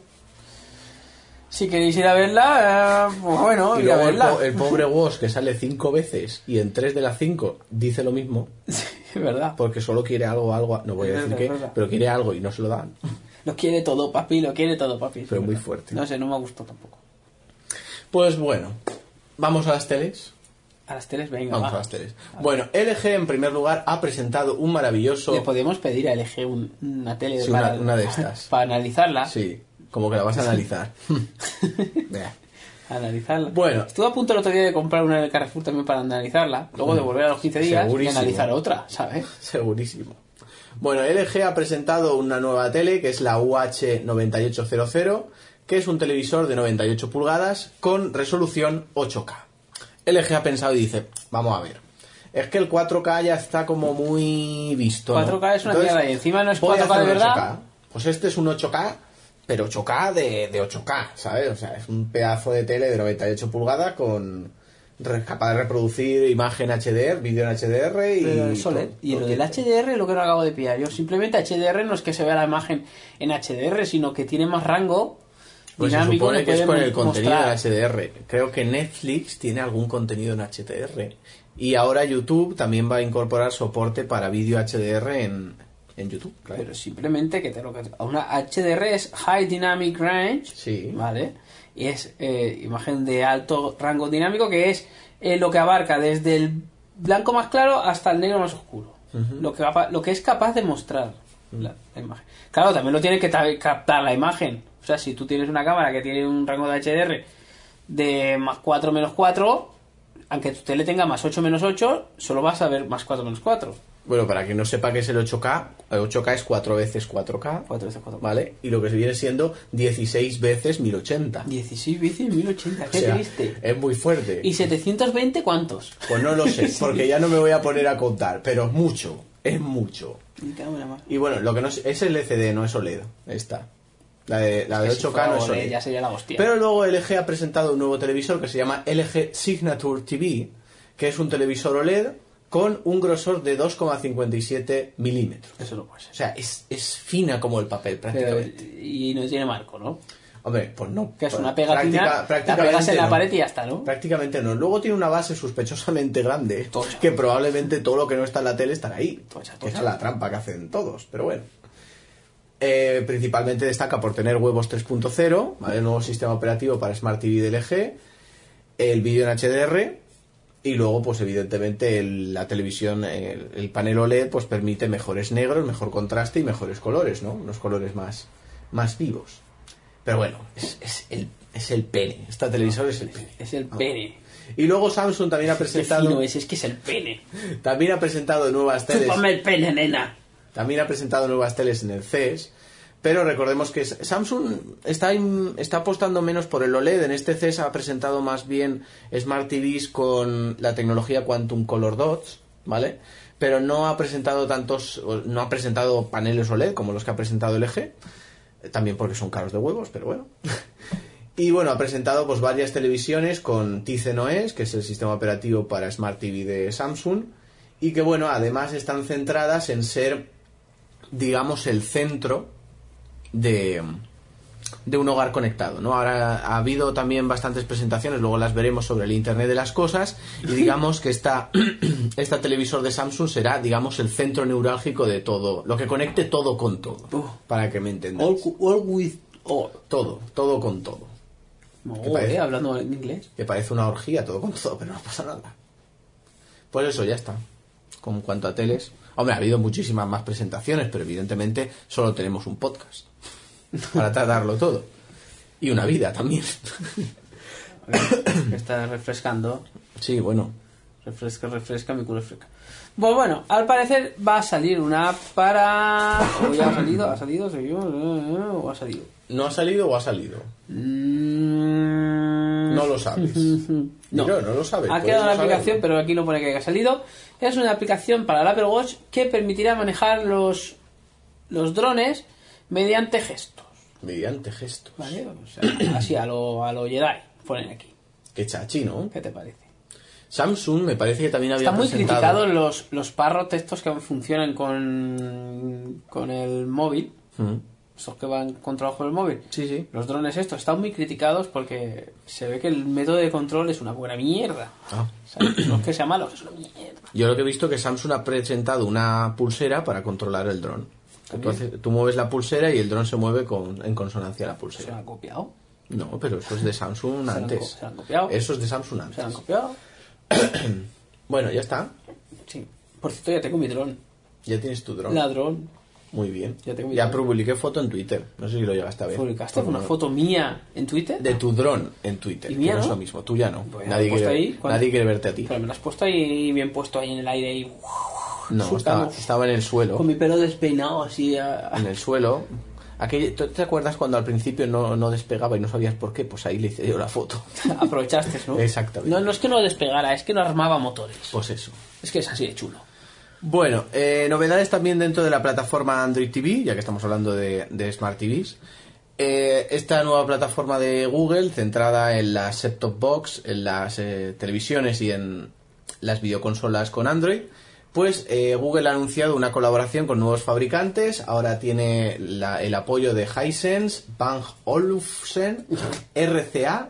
Si queréis ir a verla, eh, pues bueno, Y ir a luego el, verla. po- el pobre Woz que sale cinco veces y en tres de las cinco dice lo mismo Sí, es verdad. porque solo quiere algo, algo, no voy a Es decir verdad, qué, es verdad. pero quiere algo y no se lo dan. Lo quiere todo, papi, lo quiere todo, papi. es Pero muy verdad. fuerte. No sé, no me gustó tampoco. Pues bueno, vamos a las teles. A las teles, venga, Vamos va. a las teles. Bueno, LG en primer lugar ha presentado un maravilloso. Le podemos pedir a LG un- una tele Sí, para, una- una de estas. para analizarla. Sí, como que la vas a analizar. Vea. Analizarla. Bueno. Estuve a punto el otro día de comprar una en el Carrefour también para analizarla. Luego de volver a los 15 días Mm. Segurísimo. y analizar otra, ¿sabes? Segurísimo. Bueno, LG ha presentado una nueva tele que es la UH9800, que es un televisor de 98 pulgadas con resolución 8K. LG ha pensado y dice, vamos a ver. Es que el 4K ya está como muy visto. ¿no? 4K es una mierda y encima no es voy a 4K de hacer un verdad. 8K. Pues este es un 8K, pero 8K de, de 8K, ¿sabes? O sea, es un pedazo de tele de 98 pulgadas con re- capaz de reproducir imagen HDR, vídeo en HDR y... Pero el Soler. todo- Y todo lo del tipo. HDR lo que no acabo de pillar yo. Simplemente HDR no es que se vea la imagen en HDR, sino que tiene más rango Pues se dinámico supone que es puede con el mostrar. contenido de HDR. Creo que Netflix tiene algún contenido en HDR. Y ahora YouTube también va a incorporar soporte para vídeo HDR en, en YouTube, claro. Pero simplemente que te lo que... a Una HDR es High Dynamic Range. Sí. ¿Vale? Y es eh, imagen de alto rango dinámico que es eh, lo que abarca desde el blanco más claro hasta el negro más oscuro. lo, que va pa- lo que es capaz de mostrar. la, la imagen. Claro, también lo tiene que ta- captar la imagen. O sea, si tú tienes una cámara que tiene un rango de HDR de más 4 menos 4, aunque tu tele tenga más 8 menos 8, solo vas a ver más 4 menos 4. Bueno, para quien no sepa qué es el 8K, el 8K es 4 veces 4K, 4 veces 4. ¿vale? Y lo que viene siendo 16 veces 1080. 16 veces 1080, qué O sea, triste. Es muy fuerte. ¿Y 720 cuántos? Pues no lo sé, porque ya no me voy a poner a contar, pero es mucho, es mucho. Me cago en la mar. Y bueno, lo que no sé- es el LCD, no es OLED, esta. La de, la de Que si 8K no fuera es OLED, OLED. Ya sería la hostia. Pero luego LG ha presentado un nuevo televisor que se llama LG Signature TV, que es un televisor OLED con un grosor de 2,57 milímetros. Eso no puede O ser. sea, es, es fina como el papel Pero- prácticamente. y no tiene marco, ¿no? Hombre, pues no. Que es Pues una pegatina, la pegas en la pared y ya está, ¿no? Prácticamente no. Luego tiene una base sospechosamente grande, Tocha. que probablemente todo lo que no está en la tele estará ahí. Tocha, Que tocha. esa es la trampa que hacen todos, pero bueno. Eh, principalmente destaca por tener huevos 3.0, ¿vale? El nuevo sistema operativo para Smart TV de LG, el vídeo en HDR y luego, pues evidentemente, el- la televisión, el, el panel OLED, pues permite mejores negros, mejor contraste y mejores colores, ¿no? Unos colores más, más vivos. Pero bueno, es, es el, es el pene. Esta televisor es el pene. Es el Ah. pene. Y luego Samsung también ha Qué fino presentado, es, es que es el pene. también ha presentado nuevas teles. Chúpame el pene, nena. También ha presentado nuevas teles en el CES, pero recordemos que S- Samsung está, in- está apostando menos por el OLED. En este CES ha presentado más bien Smart TVs con la tecnología Quantum Color Dots, ¿vale? Pero no ha presentado tantos, o no ha presentado paneles OLED como los que ha presentado LG. Eh, También porque son caros de huevos, pero bueno. Y bueno, ha presentado pues varias televisiones con Tizen OS, que es el sistema operativo para Smart TV de Samsung, y que bueno, además están centradas en ser, digamos, el centro de, de un hogar conectado, ¿no? Ahora ha habido también bastantes presentaciones, luego las veremos sobre el Internet de las Cosas, y digamos que esta, esta televisor de Samsung será, digamos, el centro neurálgico de todo, lo que conecte todo con todo, Uf. para que me entendáis. All, cu- all with all. Todo, todo con todo. No, ¿Qué parece? eh, hablando en inglés. que parece una orgía todo con todo, pero no pasa nada. Pues eso, ya está. Con cuanto a teles. Hombre, ha habido muchísimas más presentaciones, pero evidentemente solo tenemos un podcast para tratarlo todo. Y una vida también. Está refrescando. Sí, bueno. Refresca, refresca, mi culo fresca. Pues bueno, al parecer va a salir una app para. O ya ha salido, ha salido, salió, eh, eh, o ha salido. ¿No ha salido o ha salido? Mm. No lo sabes. No. Mira, no lo sabes. Ha puedes quedado no una saberlo. aplicación, pero aquí no pone que haya salido. Es una aplicación para el Apple Watch que permitirá manejar los, los drones mediante gestos. Mediante gestos. ¿Vale? O sea, así a lo, a lo Jedi ponen aquí. Qué chachi, ¿no? ¿Qué te parece? Samsung me parece que también había Están muy presentado- criticados los, los parrot estos que funcionan con, con el móvil. Mm. Estos que van con trabajo del móvil. Sí, sí. Los drones estos están muy criticados porque se ve que el método de control es una buena mierda. Ah. O sea, no es que sea malo, es una mierda. Yo lo que he visto que Samsung ha presentado una pulsera para controlar el dron. Tú, haces- tú mueves la pulsera y el dron se mueve con, en consonancia a la Se lo pulsera. han copiado. No, pero eso es de Samsung han co- antes. se lo han copiado. Eso es de Samsung Se lo han antes. copiado. Bueno, ya está. Sí. Por cierto, ya tengo mi dron. Ya tienes tu dron. Ladrón. Muy bien. Ya tengo mi Ya dron. publiqué foto en Twitter. No sé si lo llegaste a ver. Publicaste Por una favor. foto mía en Twitter. De tu dron en Twitter. ¿Y que mía, no es no? lo mismo. Tú ya no. Pues ya lo nadie, he puesto quiere, ahí, ¿cuál? nadie quiere verte a ti. Pero me lo has puesto ahí bien puesto ahí en el aire y No, estaba, Surcamos. estaba en el suelo. con mi pelo despeinado así. ah. en el suelo. Aquello- ¿Tú te acuerdas cuando al principio no, no despegaba y no sabías por qué? Pues ahí le hice yo la foto. Aprovechaste, ¿no? Exactamente. No, no es que no despegara, es que no armaba motores. Pues eso. Es que es así de chulo. Bueno, eh, novedades también dentro de la plataforma Android TV, ya que estamos hablando de, de Smart TVs. Eh, esta nueva plataforma de Google, centrada en las set-top box, en las eh, televisiones y en las videoconsolas con Android, pues eh, Google ha anunciado una colaboración con nuevos fabricantes. Ahora tiene la- el apoyo de Hisense, Bang Olufsen, RCA,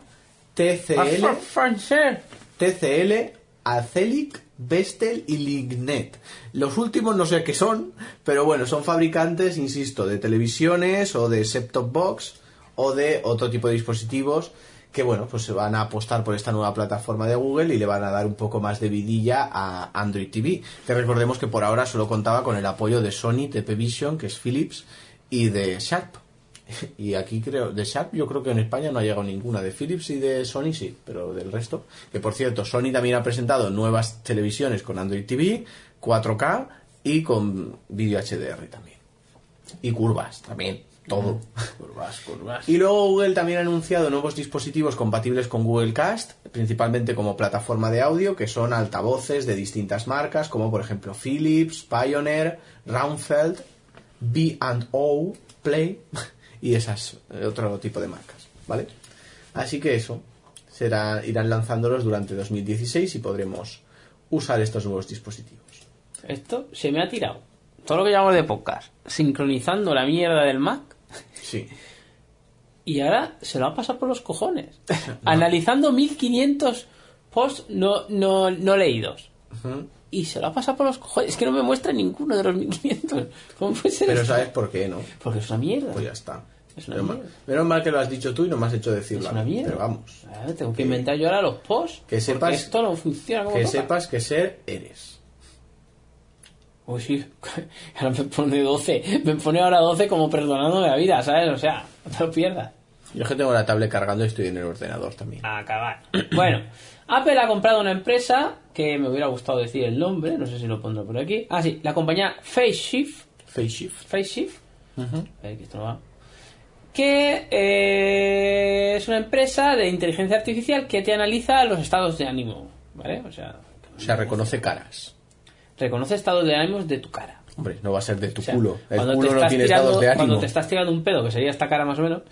TCL. Ah, francés! TCL, Acelic, Vestel y Lignet. Los últimos no sé qué son, pero bueno, son fabricantes, insisto, de televisiones o de set-top box o de otro tipo de dispositivos que bueno, pues se van a apostar por esta nueva plataforma de Google y le van a dar un poco más de vidilla a Android TV, que recordemos que por ahora solo contaba con el apoyo de Sony, TP Vision, que es Philips, y de Sharp. Y aquí creo, de Sharp yo creo que en España no ha llegado ninguna, de Philips y de Sony sí, pero del resto. Que por cierto, Sony también ha presentado nuevas televisiones con Android TV, 4K y con vídeo HDR también. Y curvas también, todo. Curvas, curvas. Y luego Google también ha anunciado nuevos dispositivos compatibles con Google Cast, principalmente como plataforma de audio, que son altavoces de distintas marcas, como por ejemplo Philips, Pioneer, Roundfeld, B&O, Play y esas eh, otro tipo de marcas, ¿vale? Así que eso será irán lanzándolos durante 2016 y podremos usar estos nuevos dispositivos. Esto se me ha tirado. Todo lo que llamamos de podcast. Sincronizando la mierda del Mac. Sí. Y ahora se lo han pasado por los cojones. Analizando 1500 posts no, no, no leídos. Ujú. Y se lo ha pasado por los cojones. Es que no me muestra ninguno de los 1500. ¿Cómo puede ser Pero esto? sabes por qué, ¿no? Porque es una mierda. Pues ya está. Es una menos, mal, mierda. menos mal que lo has dicho tú y no me has hecho decirlo. es a una mí, mierda. Pero vamos. Ah, tengo que inventar yo ahora los posts. Que sepas- Porque esto no funciona como Que toca. sepas que ser eres. Uy, sí. Ahora me pone 12. Me pone ahora 12 como perdonándome la vida, ¿sabes? O sea, no te lo pierdas. Yo es que tengo la tablet cargando y estoy en el ordenador también. A cagar. Bueno, Apple ha comprado una empresa que me hubiera gustado decir el nombre, no sé si lo pondré por aquí. Ah, sí, la compañía FaceShift. Face Shift. FaceShift. Ujú. A ver, eh, que esto no va. Que eh, es una empresa de inteligencia artificial que te analiza los estados de ánimo. ¿Vale? O sea, O sea, reconoce caras. reconoce estados de ánimo de tu cara. Hombre, no va a ser de tu O sea, culo. El cuando culo te no estás tiene tirando- estados de Cuando ánimo. te estás tirando un pedo, que sería esta cara más o menos,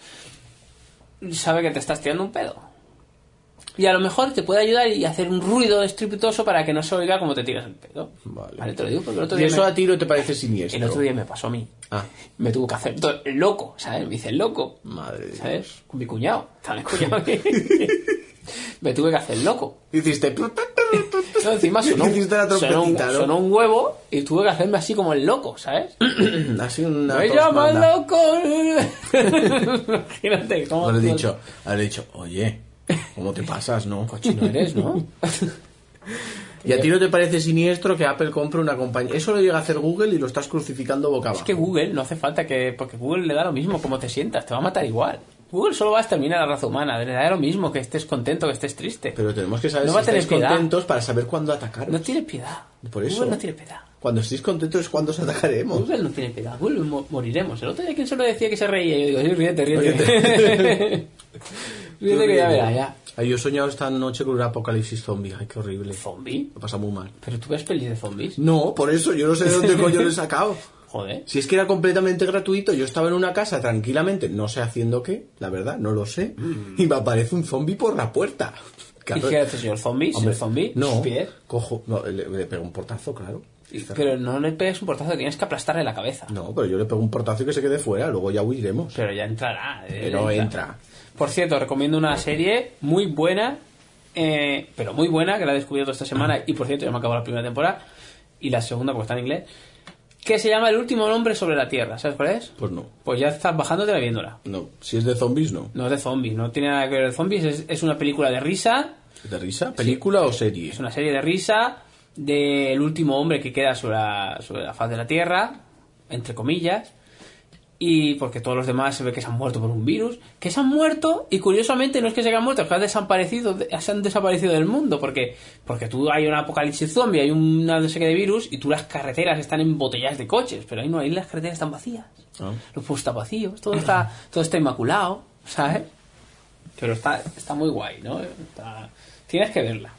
sabe que te estás tirando un pedo. Y a lo mejor te puede ayudar y hacer un ruido estrepitoso para que no se oiga como te tiras el pedo. Vale. te lo digo porque el otro Y día, eso me, a ti no te parece siniestro. el otro día me pasó a mí. Ah, Me tuvo que hacer todo el loco, ¿sabes? Me hice el loco. madre de Dios. ¿Sabes? Con mi cuñado. Estaba el cuñado aquí. me tuve que hacer loco. Hiciste. No, encima sonó, Hiciste la sonó un, trompetita, ¿no? sonó un huevo y tuve que hacerme así como el loco, ¿sabes? Así una. ¡Me tos llaman mala. loco! Imagínate cómo... No le he dicho. Le he dicho, oye, ¿cómo te pasas, no? Cochino eres, ¿no? ¿Y a ti no te parece siniestro que Apple compre una compañía? Eso lo llega a hacer Google y lo estás crucificando boca es abajo. que Google no hace falta que... Porque Google le da lo mismo como te sientas, te va a matar igual. Google solo va a exterminar a la raza humana, le da lo mismo que estés contento, que estés triste. Pero tenemos que saber No va si a tener estáis piedad. contentos para saber cuándo atacaros. No tiene piedad. Por eso. Google no tiene piedad. Cuando estéis contentos es cuando os atacaremos. Google no tiene piedad. Google mo- moriremos. El otro día quien solo decía que se reía, yo digo, sí, ríete, ríete. Ríete. ríete que ya verás, ya. Ay, yo he soñado esta noche con un apocalipsis zombie. Ay, qué horrible. ¿Zombie? Lo pasa muy mal. ¿Pero tú ves pelis de zombies? No, por eso yo no sé de dónde coño lo he sacado. Joder. Si es que era completamente gratuito, yo estaba en una casa tranquilamente, no sé haciendo qué, la verdad, no lo sé, y me aparece un zombie por la puerta. Mm. ¿Y Claro. qué haces, este señor zombie? Hombre, ¿Señor zombie? No, ¿Sus pies? cojo, no, le, le pego un portazo, claro. Y- Pero no le pegues un portazo, tienes que aplastarle la cabeza. No, pero yo le pego un portazo y que se quede fuera, luego ya huiremos. Pero ya entrará. eh, Pero entra. Por cierto, recomiendo una serie muy buena, eh, pero muy buena, que la he descubierto esta semana. Y por cierto, ya me acabó la primera temporada. Y la segunda, porque está en inglés. Que se llama El último hombre sobre la tierra. ¿Sabes cuál es? Pues no, Pues ya estás bajándote la viéndola. no, si es de zombies, no. No es de zombies, no tiene nada que ver de zombies. Es, es una película de risa, ¿De risa? ¿Película o serie? es una serie de risa del último hombre que queda sobre la, sobre la faz de la Tierra, entre comillas, y porque todos los demás se ve que se han muerto por un virus, que se han muerto y curiosamente no es que se hayan muerto, es que han desaparecido, de- se han desaparecido del mundo, porque, porque tú hay un apocalipsis zombie, hay una no sé qué de virus y tú las carreteras están embotelladas de coches, pero ahí no, ahí las carreteras están vacías, Ah. los puestos están vacíos, todo está, todo está inmaculado, ¿sabes? Pero está, está muy guay, ¿no? Está- Tienes que verla.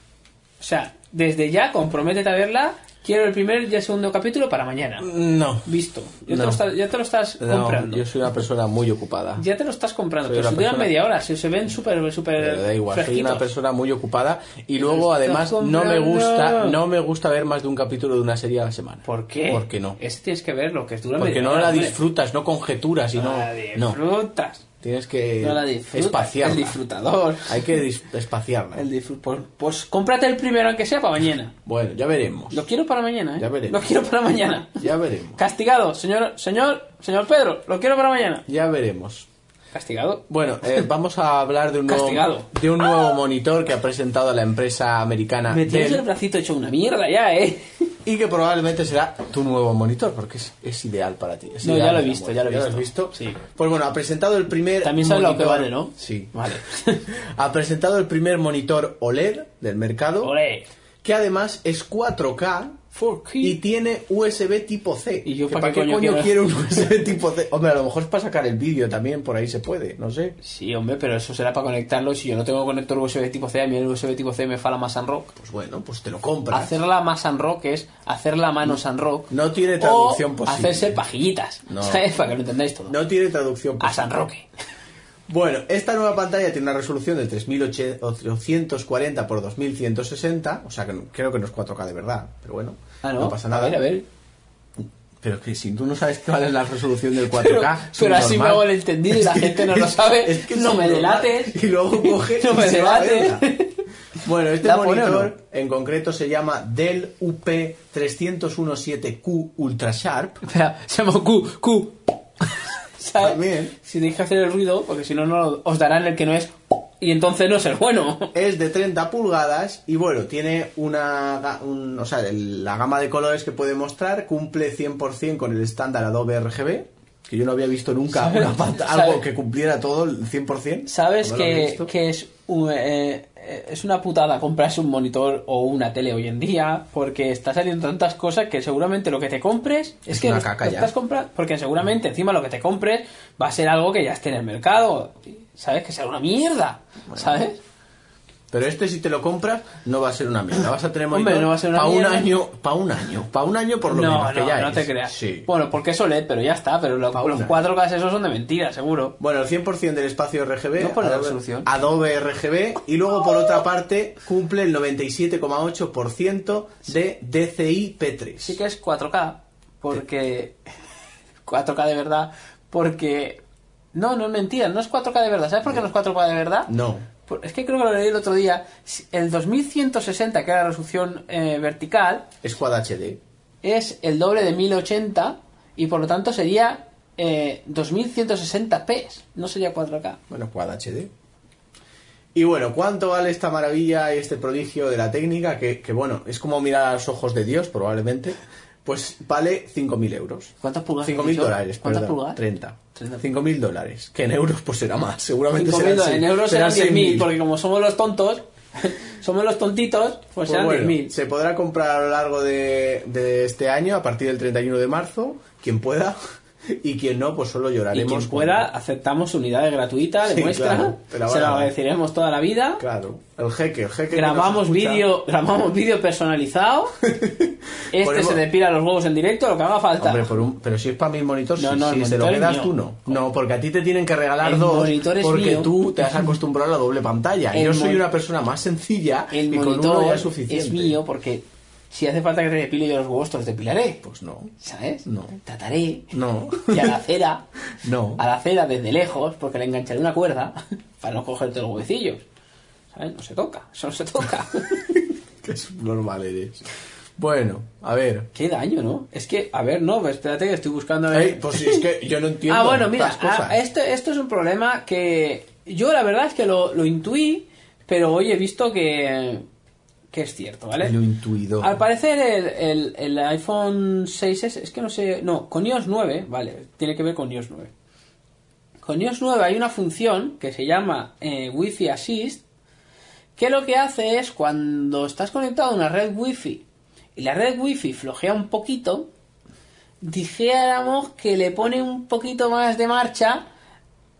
O sea, desde ya comprométete a verla. Quiero el primer y el segundo capítulo para mañana. No. Visto. Ya, te, No. lo estás, ya te lo estás comprando. yo soy una persona muy ocupada. Ya te lo estás comprando. Soy pero una si duran persona- media hora, si se ven súper, súper. Pero Eh, da igual, soy fresquitos. una persona muy ocupada y luego estás además no me comprando. gusta, no me gusta ver más de un capítulo de una serie a la semana. ¿Por qué? Eh, Porque no. Ese tienes que verlo, que dura Porque media no hora. la hombre. disfrutas, no conjeturas y No no. la No. disfrutas. Tienes que No la disfrutas, espaciarla. el disfrutador. Hay que dis- espaciarla. El disfrut- pues, pues cómprate el primero, aunque sea para mañana. Bueno, ya veremos. Lo quiero para mañana, ¿eh? Ya veremos. Lo quiero para mañana. Ya veremos. Castigado, señor, señor, señor Pedro, lo quiero para mañana. Ya veremos. Castigado. Bueno, eh, vamos a hablar de un, nuevo, Castigado. de un nuevo monitor que ha presentado la empresa americana Me tienes Dell, el bracito hecho una mierda ya, ¿eh? y que probablemente será tu nuevo monitor porque es, es ideal para ti. es No, ideal ya lo he para visto, la ya lo he muerte. visto. visto? Sí. Pues bueno, ha presentado el primer También sabes lo que monitor- vale, ¿no? Sí. Vale. Ha presentado el primer monitor OLED del mercado Ole. que además es 4K 4K. y tiene USB tipo C. ¿Y yo Que pa' para qué qué, coño coño quiero? quiero un USB tipo C? Hombre, a lo mejor es para sacar el vídeo también, por ahí se puede, no sé. Sí, hombre, pero eso será para conectarlo. Si yo no tengo conector USB tipo C, a mí el USB tipo C me fala más and rock. Pues bueno, pues te lo compras. Hacerla más and rock es hacer la mano and rock. No tiene traducción o posible. hacerse pajillitas. No. ¿Sabes? Para que lo entendáis todo. No tiene traducción. A posible. San Roque. Bueno, esta nueva pantalla tiene una resolución de 3840 x 2160, o sea que no- creo que no es 4K de verdad, pero bueno, Ah, no. no pasa nada. A ver, a ver. Pero es que si tú no sabes cuál es la resolución del 4K, Pero, pero subnormal. así me hago el entendido y la gente no lo sabe. Es que no es me subnormal. delates. Y luego coge. No y me se va a delates. verla. Bueno, este ¿La pone o no? monitor en concreto se llama Dell UP3017Q Ultra Sharp. Espera, se llama Q, Q. ¿Sabes? También. Si tenéis que hacer el ruido, porque si no, no os darán el que no es. Y entonces no es el bueno. Es de 30 pulgadas y bueno, tiene una. ga- un- o sea, el- la gama de colores que puede mostrar cumple 100% con el estándar Adobe RGB. Que yo no había visto nunca ¿Sabes? una pant- ¿Sabes? algo que cumpliera todo el 100%. ¿Sabes No lo había que, visto. que es, un- eh, eh, es una putada comprarse un monitor o una tele hoy en día? Porque está saliendo tantas cosas que seguramente lo que te compres es, Es que una lo- caca lo ya. estás comprando. Porque seguramente encima lo que te compres va a ser algo que ya esté en el mercado. ¿Sabes? Que será una mierda. ¿Sabes? Pero este si te lo compras no va a ser una mierda, vas a tener Hombre, no va a ser una para un mierda. año, para un año, para un año por lo no, menos no, que ya no es. te creas. Pues- Sí. Bueno, porque es OLED, pero ya está. Pero lo- Paula. los 4K esos son de mentira, seguro. Bueno, el 100% del espacio RGB, No pone la Adobe- resolución. Adobe RGB, y luego por otra parte cumple el 97,8% de DCI P3. Sí que es 4K, porque... 4K de verdad, porque... No, no es mentira, no es 4K de verdad. ¿Sabes por qué no es 4K de verdad? No. Por- Es que creo que lo leí el otro día. Si- El 2160, que era la resolución eh, vertical, Es Quad HD. es el doble de 1080 y por lo tanto sería eh, 2160p, no sería 4K. Bueno, Quad HD. Y bueno, ¿cuánto vale esta maravilla y este prodigio de la técnica? Que, que bueno, es como mirar a los ojos de Dios, probablemente. Pues vale 5.000 euros. ¿Cuántas pulgadas? 5.000 has dicho? dólares, ¿Cuántas perdón, pulgadas? 30. 30. 5.000 dólares. Que en euros pues será más. Seguramente 5.000 serán dólares. seis- En euros serán 10.000, 6.000. porque como somos los tontos, somos los tontitos, pues, Pues serán bueno, 10.000. se podrá comprar a lo largo de, de este año, a partir del 31 de marzo, quien pueda. Y quien no, pues solo Y lloraremos. quien pueda, cuando- aceptamos unidades gratuitas de Sí, muestra. claro, te la van se a lo dar. agradeceremos toda la vida. Claro, el jeque, el jeque. que nos Grabamos escucha. vídeo, grabamos vídeo personalizado. Este Ponemos- se depila los huevos en directo, lo que haga falta. Hombre, pues, por un- pero si es para mi monitor, No, sí, no, el sí, se lo monitor es quedas mío. tú no. No, porque a ti te tienen que regalar El dos monitor es porque mío. tú te has acostumbrado a la doble pantalla. El Yo soy mon- una persona más sencilla el y con uno ya monitor es suficiente. es mío porque si hace falta que te depile yo los huevos, te los depilaré. Pues no, ¿Sabes? No. Trataré. no, Ah, Y a la acera. no. A la acera desde lejos, porque le engancharé una cuerda para no cogerte los huevecillos. ¿Sabes? No se toca, eso no se toca. Que es normal eres. Bueno, a ver. Qué daño, ¿no? Es que, a ver, no, espérate, que estoy buscando. a ver. Ey, pues si es que yo no entiendo. ah, bueno, mira, estas cosas. ah, esto, esto es un problema que yo la verdad es que lo, lo intuí, pero hoy he visto que, que es cierto, ¿vale? Lo intuido. Al parecer el, el- el iPhone 6S, es que no sé, no, con iOS 9, vale, tiene que ver con iOS 9. Con iOS 9 hay una función que se llama eh, Wi-Fi Assist, que lo que hace es cuando estás conectado a una red Wi-Fi y la red Wi-Fi flojea un poquito, dijéramos que le pone un poquito más de marcha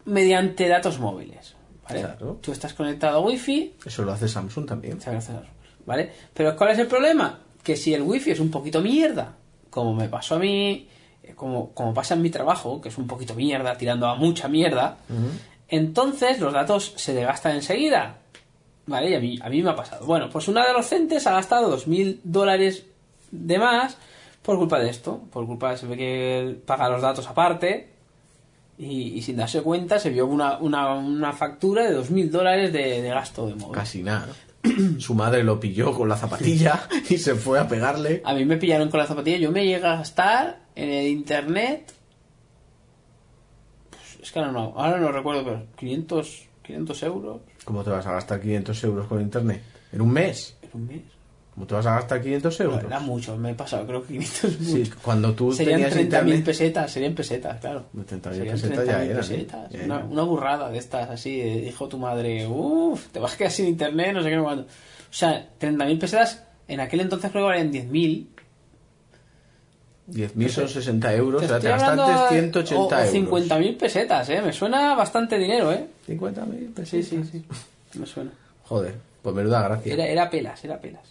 mediante datos móviles. ¿vale? Claro. Tú estás conectado a Wi-Fi, Eso lo hace Samsung también. se agradece a Samsung, ¿Vale? Pero ¿cuál es el problema? Que si el wifi es un poquito mierda, como me pasó a mí, eh, como, como pasa en mi trabajo, que es un poquito mierda, tirando a mucha mierda, entonces los datos se desgastan enseguida. ¿Vale? Y a mí, a mí me ha pasado. Bueno, pues una de los docentes ha gastado 2.000 dólares de más por culpa de esto. Por culpa, se ve que él paga los datos aparte, y, y sin darse cuenta se vio una, una, una factura de 2.000 dólares de, de gasto de móvil. Casi nada. Su madre lo pilló con la zapatilla y se fue a pegarle. A mí me pillaron con la zapatilla. Yo me llegué a gastar en el internet. pues, es que ahora no, ahora no recuerdo, pero 500, 500 euros ¿Cómo te vas a gastar 500 euros con internet? En un mes. en un mes. ¿Cómo te vas a gastar 500 No, euros? era mucho, me he pasado, creo que 500 es mucho. Sí, cuando tú Serían tenías 30.000 internet. pesetas, serían pesetas, claro. 30.000 Serían pesetas 30.000 ya eran, ¿eh? pesetas. Ya eran. Una, una burrada de estas, así, de, dijo tu madre, uff, te vas a quedar sin internet, no sé qué, no sé cuánto. O sea, 30.000 pesetas, en aquel entonces creo que valían 10.000. 10.000 son 60 euros, o sea, te estoy hablando gastaste a- 180 o- o euros. 50.000 pesetas, ¿eh? Me suena bastante dinero, ¿eh? 50.000 pesetas. Sí, sí, sí. Me suena. Joder, pues menuda gracia. Era, era pelas, era pelas.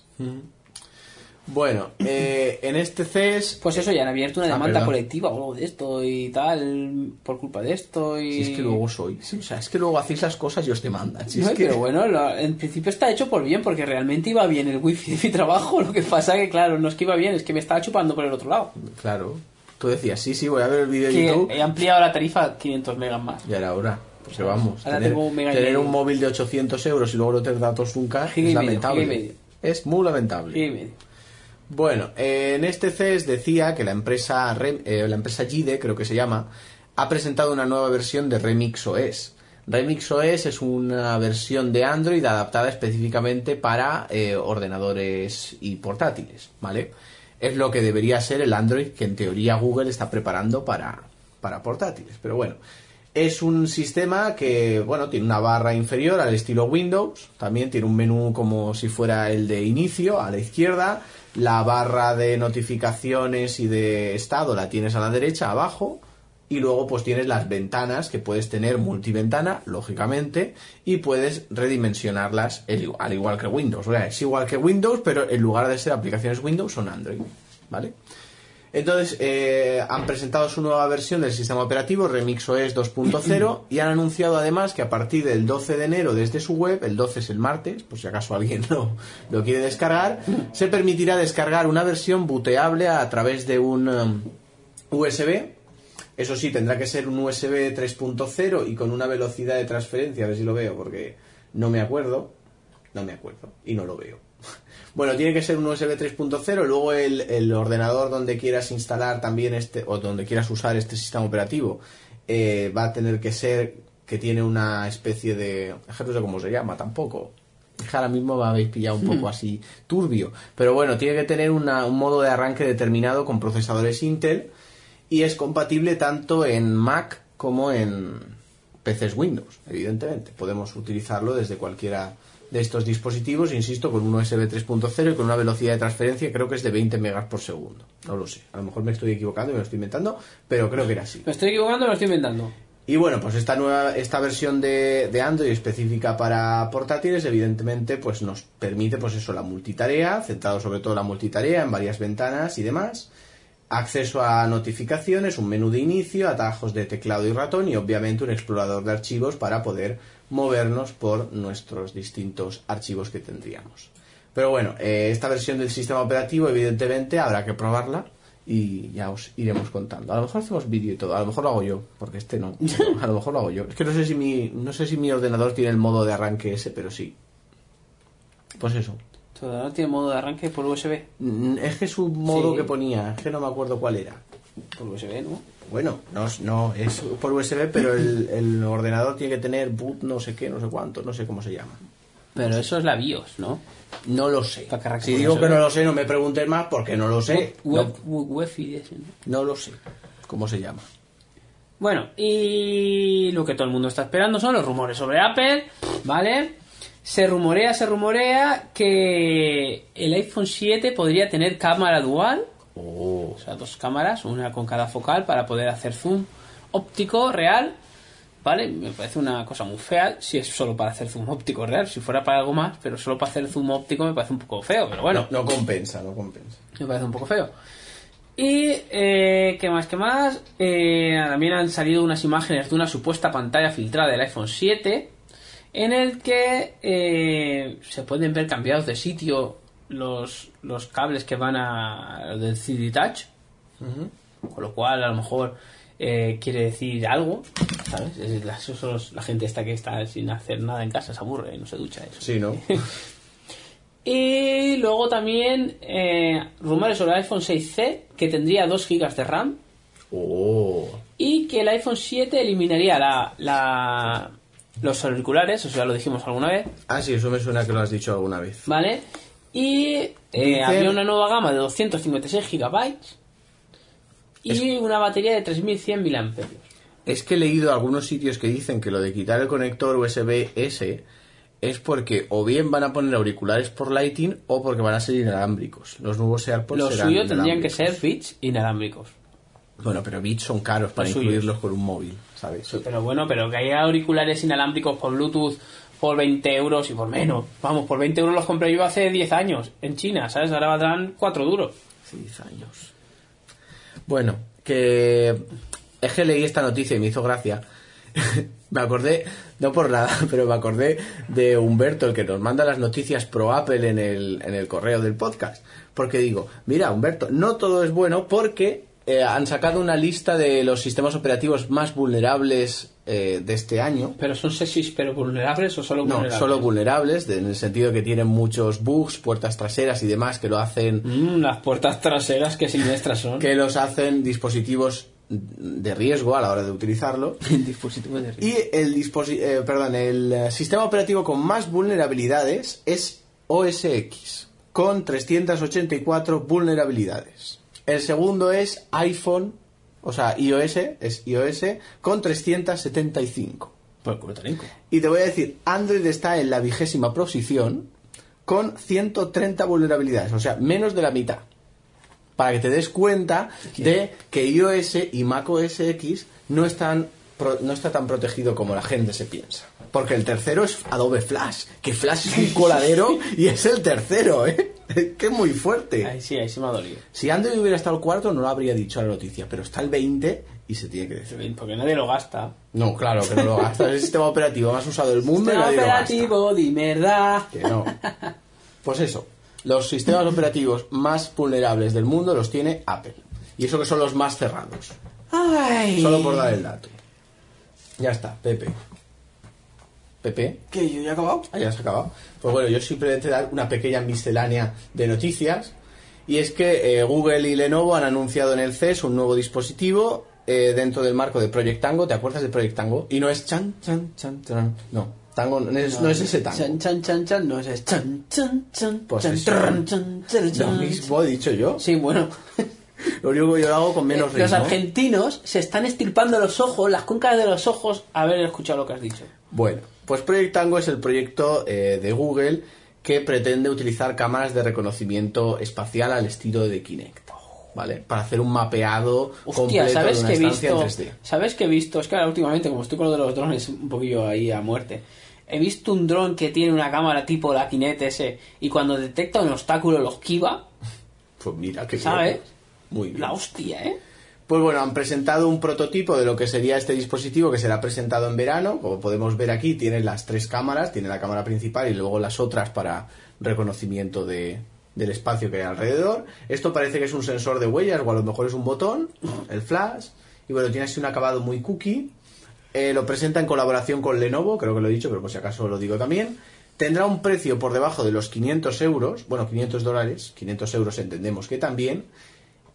Bueno, eh, en este CES... Pues eso, ya han abierto una Ah, demanda perdón. colectiva o algo de esto y tal, por culpa de esto y... Si es que luego soy... sí, o sea, es que luego hacéis las cosas y os demandan. Si No, es que... pero bueno, lo- en principio está hecho por bien, porque realmente iba bien el wifi de mi trabajo. Lo que pasa que, claro, no es que iba bien, es que me estaba chupando por el otro lado. Claro. Tú decías, sí, sí, voy a ver el vídeo de Que YouTube. he ampliado la tarifa a 500 megas más. Y ahora, ahora. Pues vamos. Ahora tener tengo un mega y tener medio. un móvil de 800 euros y luego no tener datos nunca Giga es y medio, lamentable. giga y medio. Es muy lamentable. Y me- Bueno, eh, en este CES decía que la empresa, Rem- eh, la empresa GIDE, creo que se llama, ha presentado una nueva versión de Remix OS. Remix OS es una versión de Android adaptada específicamente para eh, ordenadores y portátiles, ¿vale? Es lo que debería ser el Android que en teoría Google está preparando para, para portátiles, pero bueno. Es un sistema que, bueno, tiene una barra inferior al estilo Windows, también tiene un menú como si fuera el de inicio a la izquierda, la barra de notificaciones y de estado la tienes a la derecha, abajo, y luego pues tienes las ventanas que puedes tener multiventana, lógicamente, y puedes redimensionarlas el- al igual que Windows. O sea, es igual que Windows, pero en lugar de ser aplicaciones Windows son Android, ¿vale? Entonces, eh, han presentado su nueva versión del sistema operativo, E Remix OS 2.0, y han anunciado además que a partir del 12 de enero, desde su web, el 12 es el martes, por si acaso alguien lo, lo quiere descargar, se permitirá descargar una versión buteable a través de un um, USB. Eso sí, tendrá que ser un USB 3.0 y con una velocidad de transferencia, a ver si lo veo, porque no me acuerdo. No me acuerdo y no lo veo. Bueno, tiene que ser un USB 3.0, luego el, el ordenador donde quieras instalar también este, o donde quieras usar este sistema operativo, eh, va a tener que ser que tiene una especie de... es que No sé cómo se llama tampoco. Es que Ahora mismo me habéis pillado un poco así turbio. Pero bueno, tiene que tener una- un modo de arranque determinado con procesadores Intel y es compatible tanto en Mac como en PCs Windows, evidentemente. Podemos utilizarlo desde cualquiera de estos dispositivos, insisto, con un USB 3.0 y con una velocidad de transferencia creo que es de 20 megas por segundo. No lo sé, a lo mejor me estoy equivocando y me lo estoy inventando, pero creo que era así. ¿Me estoy equivocando o me lo estoy inventando? Y bueno, pues esta nueva esta versión de, de Android específica para portátiles, evidentemente, pues nos permite, pues eso, la multitarea, centrado sobre todo en la multitarea en varias ventanas y demás, acceso a notificaciones, un menú de inicio, atajos de teclado y ratón y obviamente un explorador de archivos para poder movernos por nuestros distintos archivos que tendríamos. Pero bueno, eh, esta versión del sistema operativo, evidentemente, habrá que probarla y ya os iremos contando. A lo mejor hacemos vídeo y todo, a lo mejor lo hago yo, porque este no. A lo mejor lo hago yo. Es que no sé si mi, no sé si mi ordenador tiene el modo de arranque ese, pero sí. Pues eso. Todavía no tiene modo de arranque por USB. Mm, Es que es un modo Sí. que ponía, es que no me acuerdo cuál era. Por USB, ¿no? Bueno, no, es- no es por USB, pero el, el ordenador tiene que tener boot, no sé qué, no sé cuánto, no sé cómo se llama. Pero eso es la BIOS, ¿no? No lo sé. Para cargar Si con digo USB. que no lo sé, no me preguntes más porque no lo sé. No, ¿eh? Web, web- Wi-Fi, ese, ¿no? no lo sé. ¿Cómo se llama? Bueno, y lo que todo el mundo está esperando son los rumores sobre Apple, ¿vale? Se rumorea, se rumorea que el iPhone 7 podría tener cámara dual, Oh. o sea, dos cámaras, una con cada focal para poder hacer zoom óptico real, ¿vale? Me parece una cosa muy fea si es solo para hacer zoom óptico real, si fuera para algo más, pero solo para hacer zoom óptico me parece un poco feo, pero bueno. Bueno, no compensa, no compensa. Me parece un poco feo. Y, eh, ¿qué más? ¿Qué más? Eh, también han salido unas imágenes de una supuesta pantalla filtrada del iPhone 7 en el que eh, se pueden ver cambiados de sitio los, los cables que van a del CD Touch. Con lo cual, a lo mejor eh, quiere decir algo, ¿sabes? Es la, eso son los- la gente esta que está sin hacer nada en casa, se aburre, no se ducha. Eso. Sí, ¿no? Y luego también eh, rumores sobre el iPhone 6C que tendría 2 GB de RAM. Oh. y que el iPhone 7 eliminaría la, la- los auriculares, eso ya lo dijimos alguna vez, Ah, sí, eso me suena que lo has dicho alguna vez. ¿vale? Y eh, Dicen- había una nueva gama de 256 gigabytes y una batería de 3100 miliamperios. Es que he leído algunos sitios que dicen que lo de quitar el conector USB-S es porque o bien van a poner auriculares por Lighting o porque van a ser inalámbricos. Los nuevos AirPods Los serán suyos tendrían que Pues inalámbricos. ser Beats inalámbricos. Bueno, pero bits son caros para Los suyos. incluirlos con un móvil, ¿sabes? Pero bueno, pero que hay auriculares inalámbricos por Bluetooth por 20 euros y por menos. Vamos, por 20 euros los compré yo hace 10 años en China, ¿sabes? Ahora valdrán 4 duros. 10 años. Bueno, que es que leí esta noticia y me hizo gracia. me acordé, no por nada, pero me acordé de Humberto, el que nos manda las noticias pro Apple en el, en el correo del podcast. Porque digo, mira, Humberto, no todo es bueno porque eh, han sacado una lista de los sistemas operativos más vulnerables eh, de este año. ¿Pero son sexys pero vulnerables o solo No, vulnerables? solo vulnerables, de- en el sentido que tienen muchos bugs, puertas traseras y demás que lo hacen Mm, las puertas traseras que siniestras son. que los hacen dispositivos de riesgo a la hora de utilizarlo. dispositivo de Y el, disposi- eh, perdón, el eh, sistema operativo con más vulnerabilidades es OS X, con 384 vulnerabilidades. El segundo es iPhone, o sea, iOS, es iOS, con 375. Por el culo tarinco. Y te voy a decir, Android está en la vigésima posición con 130 vulnerabilidades, o sea, menos de la mitad. Para que te des cuenta de que iOS y macOS X no están pro- no está tan protegido como la gente se piensa. Porque el tercero es Adobe Flash, que Flash es un coladero y es el tercero, ¿eh? Es que es muy Ahí fuerte. sí, ahí sí me ha dolido. Si Android hubiera estado el cuarto no lo habría dicho a la noticia, pero está el 20 y se tiene que decir. Porque nadie lo gasta. No, claro que no lo gastas. Es el sistema operativo más usado del mundo y nadie lo gasta. Este operativo de mierda. Que no. Pues eso, los sistemas operativos más vulnerables del mundo los tiene Apple. Y eso que son los más cerrados. Ay. Solo por dar el dato. Ya está, Pepe. Pepe, ¿Qué? ¿Yo ya he acabado? ah, ya se ha acabado. Pues bueno, yo simplemente dar una pequeña miscelánea de noticias. Y es que eh, Google y Lenovo han anunciado en el CES un nuevo dispositivo eh, dentro del marco de Project Tango. ¿Te acuerdas de Project Tango? Y no es chan, chan, chan, chan. No, tango no es, no es ese tango. Chan, chan, chan, chan, no es ese. Chan, chan, chan, Pues chan, eso. tran, chan, chan, Lo chan. mismo he dicho yo. Sí, bueno. Lo único que yo lo hago con menos ritmo. los argentinos se están estirpando los ojos, las cuencas de los ojos, haber escuchado lo que has dicho. Bueno, pues Project Tango es el proyecto eh, de Google que pretende utilizar cámaras de reconocimiento espacial al estilo de Kinect. ¿Vale? Para hacer un mapeado Hostia, completo ¿sabes de una que he estancia visto? en 3D. ¿Sabes que he visto? Es que ahora últimamente, como estoy con lo de los drones un poquillo ahí a muerte, he visto un dron que tiene una cámara tipo la Kinect ese y cuando detecta un obstáculo lo esquiva. Pues mira, qué ¿Sabes? loco. Muy bien. La hostia, ¿eh? Pues bueno, han presentado un prototipo de lo que sería este dispositivo que será presentado en verano. Como podemos ver aquí, tiene las tres cámaras, tiene la cámara principal y luego las otras para reconocimiento de- del espacio que hay alrededor. Esto parece que es un sensor de huellas o a lo mejor es un botón, el flash. Y bueno, tiene así un acabado muy cookie. Eh, lo presenta en colaboración con Lenovo, creo que lo he dicho, pero por si acaso lo digo también. Tendrá un precio por debajo de los 500 euros, bueno, 500 dólares, 500 euros entendemos que también.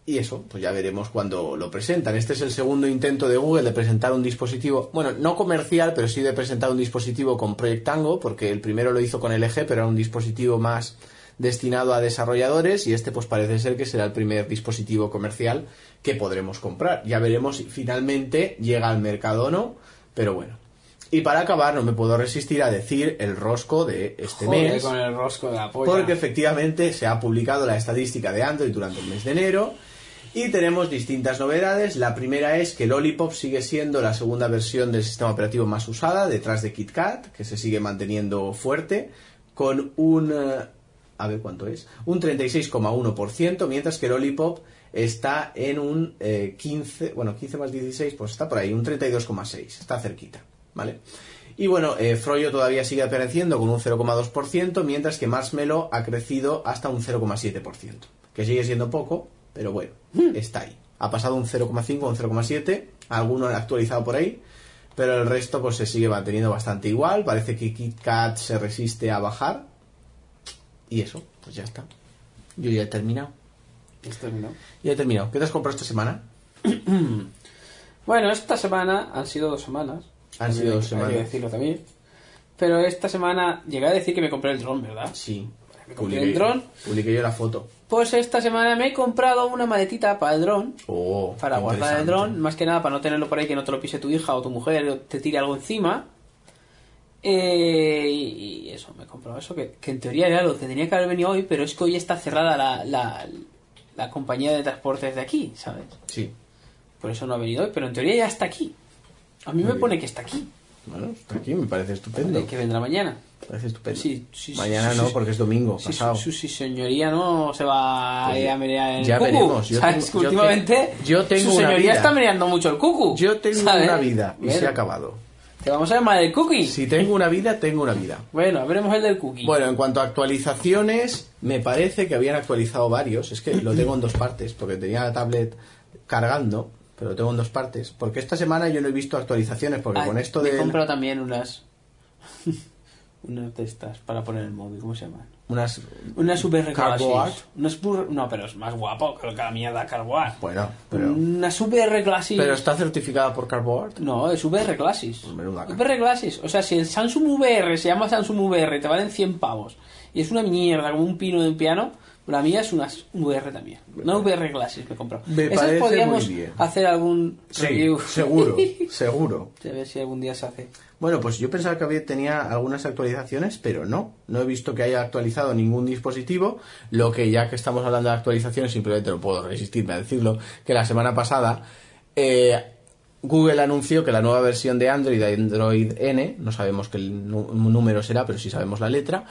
Y eso, pues ya veremos cuando lo presentan. Este es el segundo intento de Google de presentar un dispositivo, bueno, no comercial, pero sí de presentar un dispositivo con Project Tango, porque el primero lo hizo con LG, pero era un dispositivo más destinado a desarrolladores y este pues parece ser que será el primer dispositivo comercial que podremos comprar. Ya veremos si finalmente llega al mercado o no, pero bueno. Y para acabar, no me puedo resistir a decir el rosco de este Joder, mes. con el rosco de la polla. Porque efectivamente se ha publicado la estadística de Android durante el mes de enero y tenemos distintas novedades. La primera es que Lollipop sigue siendo la segunda versión del sistema operativo más usada detrás de KitKat, que se sigue manteniendo fuerte con un eh, a ver cuánto es, un 36,1%, mientras que Lollipop está en un eh, 15, bueno, 15 más 16, pues está por ahí, un 32,6, está cerquita, ¿vale? Y bueno, eh, Froyo todavía sigue apareciendo con un 0,2%, mientras que Marshmallow ha crecido hasta un 0,7%, que sigue siendo poco, pero bueno, Hmm. está ahí. Ha pasado un 0,5 a un 0,7, alguno han actualizado por ahí, pero el resto pues se sigue manteniendo bastante igual, parece que KitKat se resiste a bajar, y eso, pues ya está. Yo ya he terminado. Esto es, ¿no? Ya he terminado. ¿Qué te has comprado esta semana? Bueno, esta semana han sido dos semanas. Han sido dos Hay que semanas. decirlo también. Pero esta semana llegué a decir que me compré el dron, ¿verdad? Sí. Me compré el dron. publiqué yo la foto. Pues esta semana me he comprado una maletita para el dron. Oh, Para qué guardar el interesante. dron, más que nada para no tenerlo por ahí que no te lo pise tu hija o tu mujer o te tire algo encima. Eh, y y eso, me he comprado eso, que, que en teoría era lo que tenía que haber venido hoy, pero es que hoy está cerrada la, la, la compañía de transportes de aquí, ¿sabes? Sí. Por eso no ha venido hoy, pero en teoría ya está aquí. A mí Muy me bien. pone que está aquí, Bueno, está aquí, me parece estupendo. que vendrá mañana. Me parece estupendo. Sí, sí, sí, Mañana sí, no, sí. porque es domingo, Si su, pasado. su- si señoría no se va Pues a ir a merear el ya cucu, veremos. Yo ¿sabes? tengo- Que yo te- últimamente yo tengo su una señoría vida. está mereando mucho el cucu. Yo tengo ¿sabes? una vida y se Bueno, ha acabado. Te vamos a llamar el cookie. Si tengo una vida, tengo una vida. Bueno, veremos el del cookie. Bueno, en cuanto a actualizaciones, me parece que habían actualizado varios. Es que lo tengo en dos partes, porque tenía la tablet cargando, pero lo tengo en dos partes. Porque esta semana yo no he visto actualizaciones, porque Ah, con esto me de he comprado también unas unas de estas para poner el móvil, ¿cómo se llaman? unas... Unas super Cardboard. Unas bur- no, pero es más guapo que la mierda Carboard. Bueno, pero, Una super clasis. pero está certificada por Cardboard. No, es VR Glasses. Menuda caca. VR Glasses. O sea, si el Samsung VR se llama Samsung VR, te valen 100 pavos. Y es una mierda, como un pino de un piano. La mía es una VR también. No VR Glasses me compro. Me Esas parece muy podríamos bien. hacer algún review. seguro, seguro. A ver si algún día se hace. Bueno, pues yo pensaba que había, tenía algunas actualizaciones, pero no. No he visto que haya actualizado ningún dispositivo. Lo que ya que estamos hablando de actualizaciones, simplemente no puedo resistirme a decirlo, que la semana pasada eh, Google anunció que la nueva versión de Android, Android N, no sabemos qué nu- número será, pero sí sabemos la letra,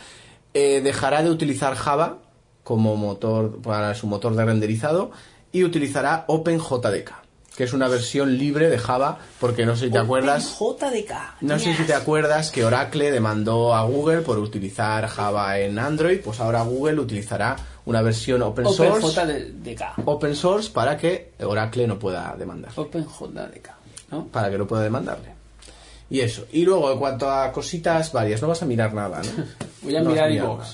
eh, dejará de utilizar Java como motor para su motor de renderizado y utilizará OpenJDK, que es una versión libre de Java, porque no sé si te acuerdas. JDK. No sé si te acuerdas que Oracle demandó a Google por utilizar Java en Android, pues ahora Google utilizará una versión open Open source, JDK. open source para que Oracle no pueda demandar, Open JDK. ¿No? para que no pueda demandarle. Y eso. Y luego, en cuanto a cositas varias, no vas a mirar nada, ¿no? Voy a No vas mirar nada. iVoox.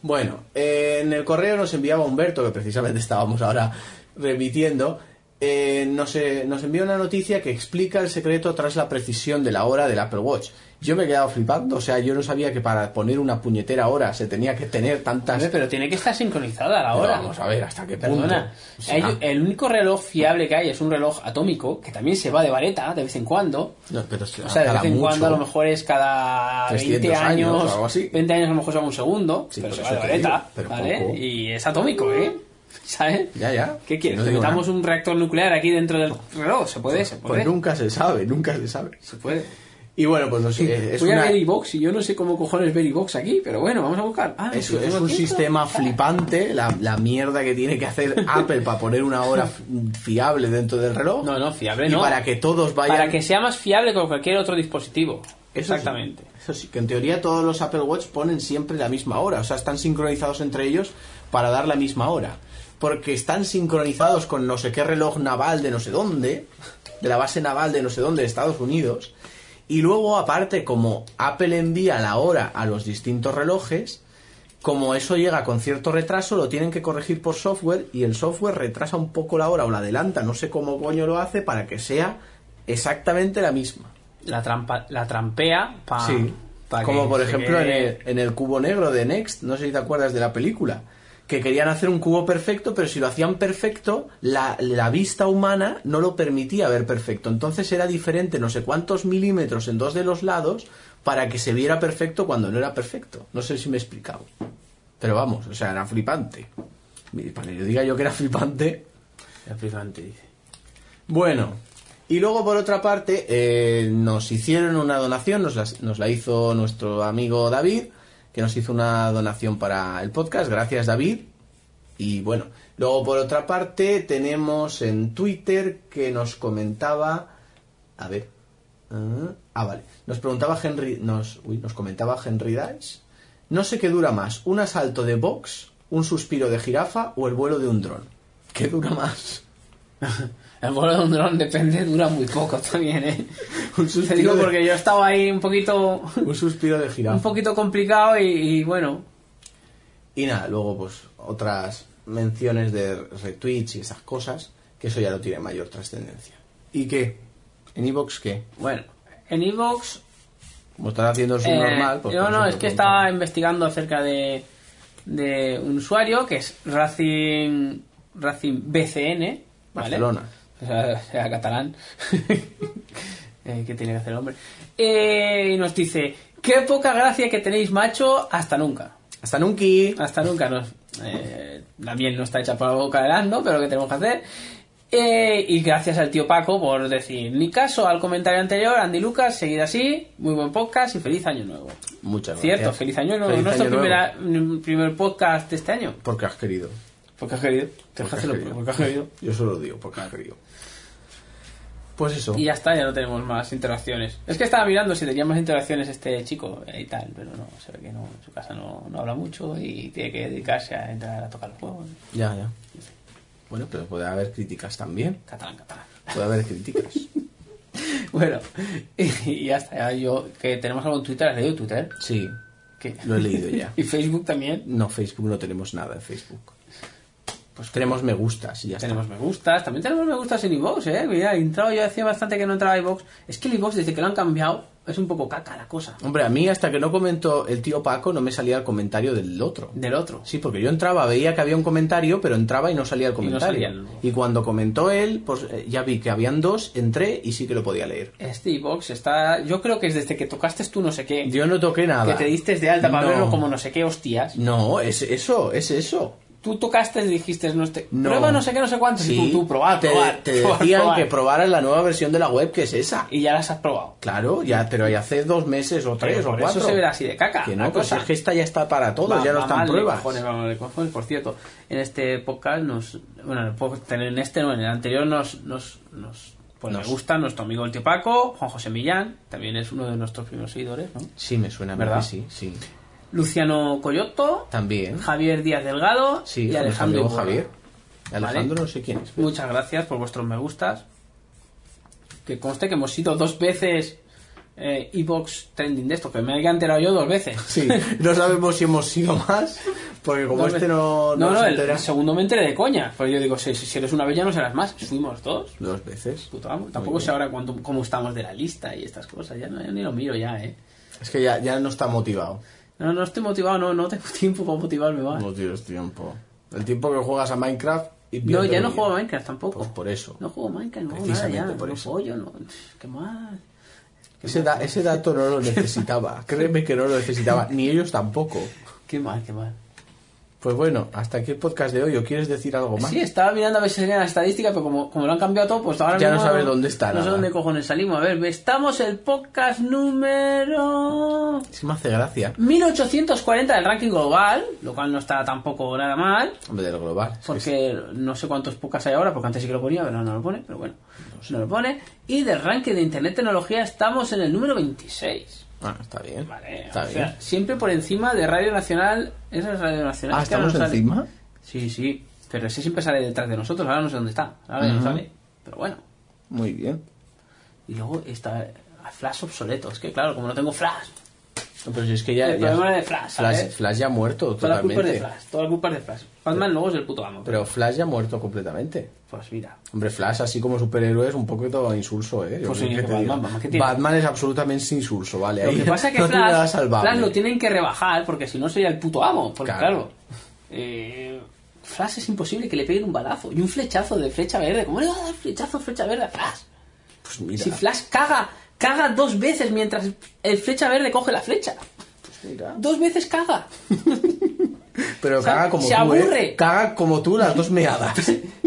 Bueno, eh, en el correo nos enviaba Humberto, que precisamente estábamos ahora remitiendo, eh, nos, eh, nos envía una noticia que explica el secreto tras la precisión de la hora del Apple Watch. Yo me he quedado flipando, o sea, yo no sabía que para poner una puñetera hora se tenía que tener tantas... Hombre, pero tiene que estar sincronizada la Pero hora. vamos a ver, ¿hasta qué punto? Ah, Perdona, eh, O sea, hay- el único reloj fiable que hay es un reloj atómico, que también se va de vareta de vez en cuando. no, pero se O sea, de acala vez en mucho. cuando a lo mejor es cada 20 300 años años, o algo así. 20 años a lo mejor se va un segundo, Sí, pero se por eso va de te digo, vareta, pero ¿vale? poco. Y es atómico, ¿eh? ¿Sabes? Ya, ya. ¿Qué quieres? No ¿Que digo metamos un reactor nuclear aquí dentro del reloj? Se puede, se Pues puede. nunca se sabe, nunca se sabe. Se puede. Y bueno, pues no sé, es Voy una... a ver iVox y yo no sé cómo cojones ver iVox aquí, pero bueno, vamos a buscar. Ah, Es, si lo es tengo un aquí, sistema esto. flipante, la, la mierda que tiene que hacer Apple para poner una hora f- fiable dentro del reloj. No, no, fiable y no. para que todos vayan... Para que sea más fiable que cualquier otro dispositivo. Eso sí, Exactamente. eso sí, que en teoría todos los Apple Watch ponen siempre la misma hora, o sea, están sincronizados entre ellos para dar la misma hora. Porque están sincronizados con no sé qué reloj naval de no sé dónde, de la base naval de no sé dónde de Estados Unidos. Y luego, aparte, como Apple envía la hora a los distintos relojes, como eso llega con cierto retraso, lo tienen que corregir por software y el software retrasa un poco la hora o la adelanta, no sé cómo coño lo hace, para que sea exactamente la misma. La, trampa, la trampea para. Sí. Como por ejemplo en el, en el cubo negro de Next, no sé si te acuerdas de la película, que querían hacer un cubo perfecto, pero si lo hacían perfecto, la, la vista humana no lo permitía ver perfecto. Entonces era diferente no sé cuántos milímetros en dos de los lados para que se viera perfecto cuando no era perfecto. No sé si me he explicado. Pero vamos, o sea, era flipante. Y Para que yo diga yo que era flipante, dice. bueno, y luego por otra parte, eh, nos hicieron una donación, nos las- nos la, hizo nuestro amigo David, que nos hizo una donación para el podcast. Gracias, David. Y bueno, luego por otra parte, tenemos en Twitter que nos comentaba. A ver. ah, Ah, vale. Nos preguntaba Henry. Nos, uy, nos comentaba Henry Dice. No sé qué dura más: un asalto de box, un suspiro de jirafa o el vuelo de un dron. ¿Qué dura más? El vuelo de un dron depende, dura muy poco también, ¿eh? Un Te suspiro digo de- porque yo estaba ahí un poquito. Un suspiro de un jirafa. poquito complicado y, y bueno. Y nada, luego pues otras menciones de retweets y esas cosas. que eso ya no tiene mayor trascendencia. ¿Y qué? ¿En Evox qué? Bueno, en Evox Como están haciendo el subnormal... Eh, pues no, por no, eso es te que pregunto. estaba investigando acerca de, de un usuario que es Racing, Racing BCN, ¿vale? Barcelona. O sea, o sea, catalán. Eh, ¿Qué tiene que hacer el hombre? Eh, y nos dice, qué poca gracia que tenéis, macho, hasta nunca. Hasta nunca. Hasta nunca nos... eh, la miel no está hecha por la boca del ando, pero ¿qué tenemos que hacer? Eh, y gracias al tío Paco por decir, ni caso al comentario anterior, Andy Lucas, seguid así, muy buen podcast y feliz año nuevo. Muchas Cierto, gracias. feliz año nuevo. Feliz Nuestro año nuevo. primera- mm, primer podcast de este año. Porque has querido. Porque has querido. Te Porque dejaste has lo querido. porque has querido. Yo solo lo digo, porque has querido. Pues eso. Y ya está, ya no tenemos más interacciones. Es que estaba mirando si tenía más interacciones este chico eh, y tal, pero no, se ve que no, en su casa no, no habla mucho y tiene que dedicarse a entrar a tocar los juegos. Ya, ya. Bueno, pero puede haber críticas también. Catalán, catalán. Puede haber críticas. Bueno, y, y ya está, ya yo, que tenemos algo en Twitter, ¿has leído Twitter? Sí, ¿Qué? lo he leído ya. Y Facebook también. No, Facebook no tenemos nada en Facebook. Pues tenemos me gustas y ya está. Tenemos me gustas, también tenemos me gustas en iVoox, eh. Mira, he entrado, yo decía bastante que no entraba iVoox. Es que el iVoox, desde que lo han cambiado, es un poco caca la cosa. Hombre, a mí hasta que no comentó el tío Paco no me salía el comentario del otro. Del otro. Sí, porque yo entraba, veía que había un comentario, pero entraba y no salía el comentario. salía el- Y, cuando comentó él, pues eh, ya vi que habían dos, entré y sí que lo podía leer. Este iVoox está. Yo creo que es desde que tocaste tú no sé qué. Yo no toqué nada. que te diste de alta para No. verlo como no sé qué, hostias. No, es eso, es eso. Tú tocaste y dijiste, no, este, prueba no sé qué, no sé cuánto. Sí, Y tú, tú, probad, te, probad, te probad, decían probad. que probaras la nueva versión de la web, que es esa. Y ya las has probado. Claro, ya, pero ya hace dos meses o tres Pero o por cuatro. eso se verá así de caca, Que la no, pues cosa. es que esta ya está para todos, Va- ya no va están mal de pruebas. cojones, va mal de cojones. Por cierto, en este podcast nos. Bueno, en el podcast- en este no, en el anterior nos. nos, nos pues Nos- nos gusta nuestro amigo el tío Paco, Juan José Millán, también es uno de nuestros primeros seguidores, ¿no? Sí, me suena, a mí ¿Verdad? que Sí, sí. Luciano Coyotto, También. Javier Díaz Delgado Sí, y Alejandro amigo Iborra. Javier. Vale. Alejandro no sé quién es. Muchas gracias por vuestros me gustas. Que conste que hemos sido dos veces eh, Evox Trending de esto, que me había enterado yo dos veces. Sí, no sabemos si hemos sido más, porque como Dos este veces. no... No, se no, el, entera- el segundo me enteré de coña. Pero yo digo, si, si eres una vez ya no serás más. Fuimos dos. Dos veces. Puto amo. Tampoco bien. sé ahora cuánto, cómo estamos de la lista y estas cosas. Ya no, ya ni lo miro ya, eh. Es que ya, ya no está motivado. No, no estoy motivado, no, no tengo tiempo para motivarme más. No tienes tiempo. El tiempo que juegas a Minecraft... Y No, pierdes ya el no día. juego a Minecraft tampoco. Pues por eso. No juego a Minecraft, no hago nada Precisamente ya. por no eso. follo, no. Qué mal. Ese, da- ese dato no lo necesitaba. Créeme que no lo necesitaba. Ni ellos tampoco. Qué mal, qué mal. Pues bueno, hasta aquí el podcast de hoy. ¿O quieres decir algo más? Sí, estaba mirando a ver si salía la estadística, pero como, como lo han cambiado todo, pues ahora Ya no mismo sabes dónde No está sé nada. dónde cojones salimos. A ver, estamos el podcast número. Sí me hace gracia. 1840 del ranking global, lo cual no está tampoco nada mal, Hombre, del global. Es que sí. porque no sé cuántos pocas hay ahora, porque antes sí que lo ponía, pero no lo pone, pero bueno, no lo pone. Y del ranking de Internet Tecnología estamos en el número 26. Ah, está bien. Vale, o está bien. sea, siempre por encima de Radio Nacional, esa es Radio Nacional. ah, es que ahora ¿estamos no sale. encima? Sí, sí, pero ese siempre sale detrás de nosotros, ahora no sé dónde está, ahora ya no sale, pero bueno. Muy bien. Y luego está a Flash obsoleto, es que claro, como no tengo Flash, Pero si es que ya... El ya- problema de Flash, ¿sabes? Flash ya ha muerto toda la culpa es de totalmente. Flash, toda la culpa es de Flash. Batman luego es el puto amo, Pero Flash ya ha muerto completamente. pues mira. Hombre, Flash, así como superhéroe, es un poquito insulso, ¿eh? Yo Pues creo sí, que te Batman, diga. Batman, ¿qué tiene? Batman es absolutamente insulso, ¿vale? Lo Ahí que pasa es que no tiene nada Flash, salvable. Flash lo tienen que rebajar porque si no sería el puto amo. Porque Claro. claro, eh, Flash es imposible que le peguen un balazo y un flechazo de flecha verde. ¿Cómo le va a dar flechazo flecha verde a Flash? Pues mira, Si Flash caga, caga dos veces mientras el flecha verde coge la flecha. pues mira. Dos veces caga. Pero O sea, caga como se tú, ¿eh? aburre. Caga como tú las dos meadas.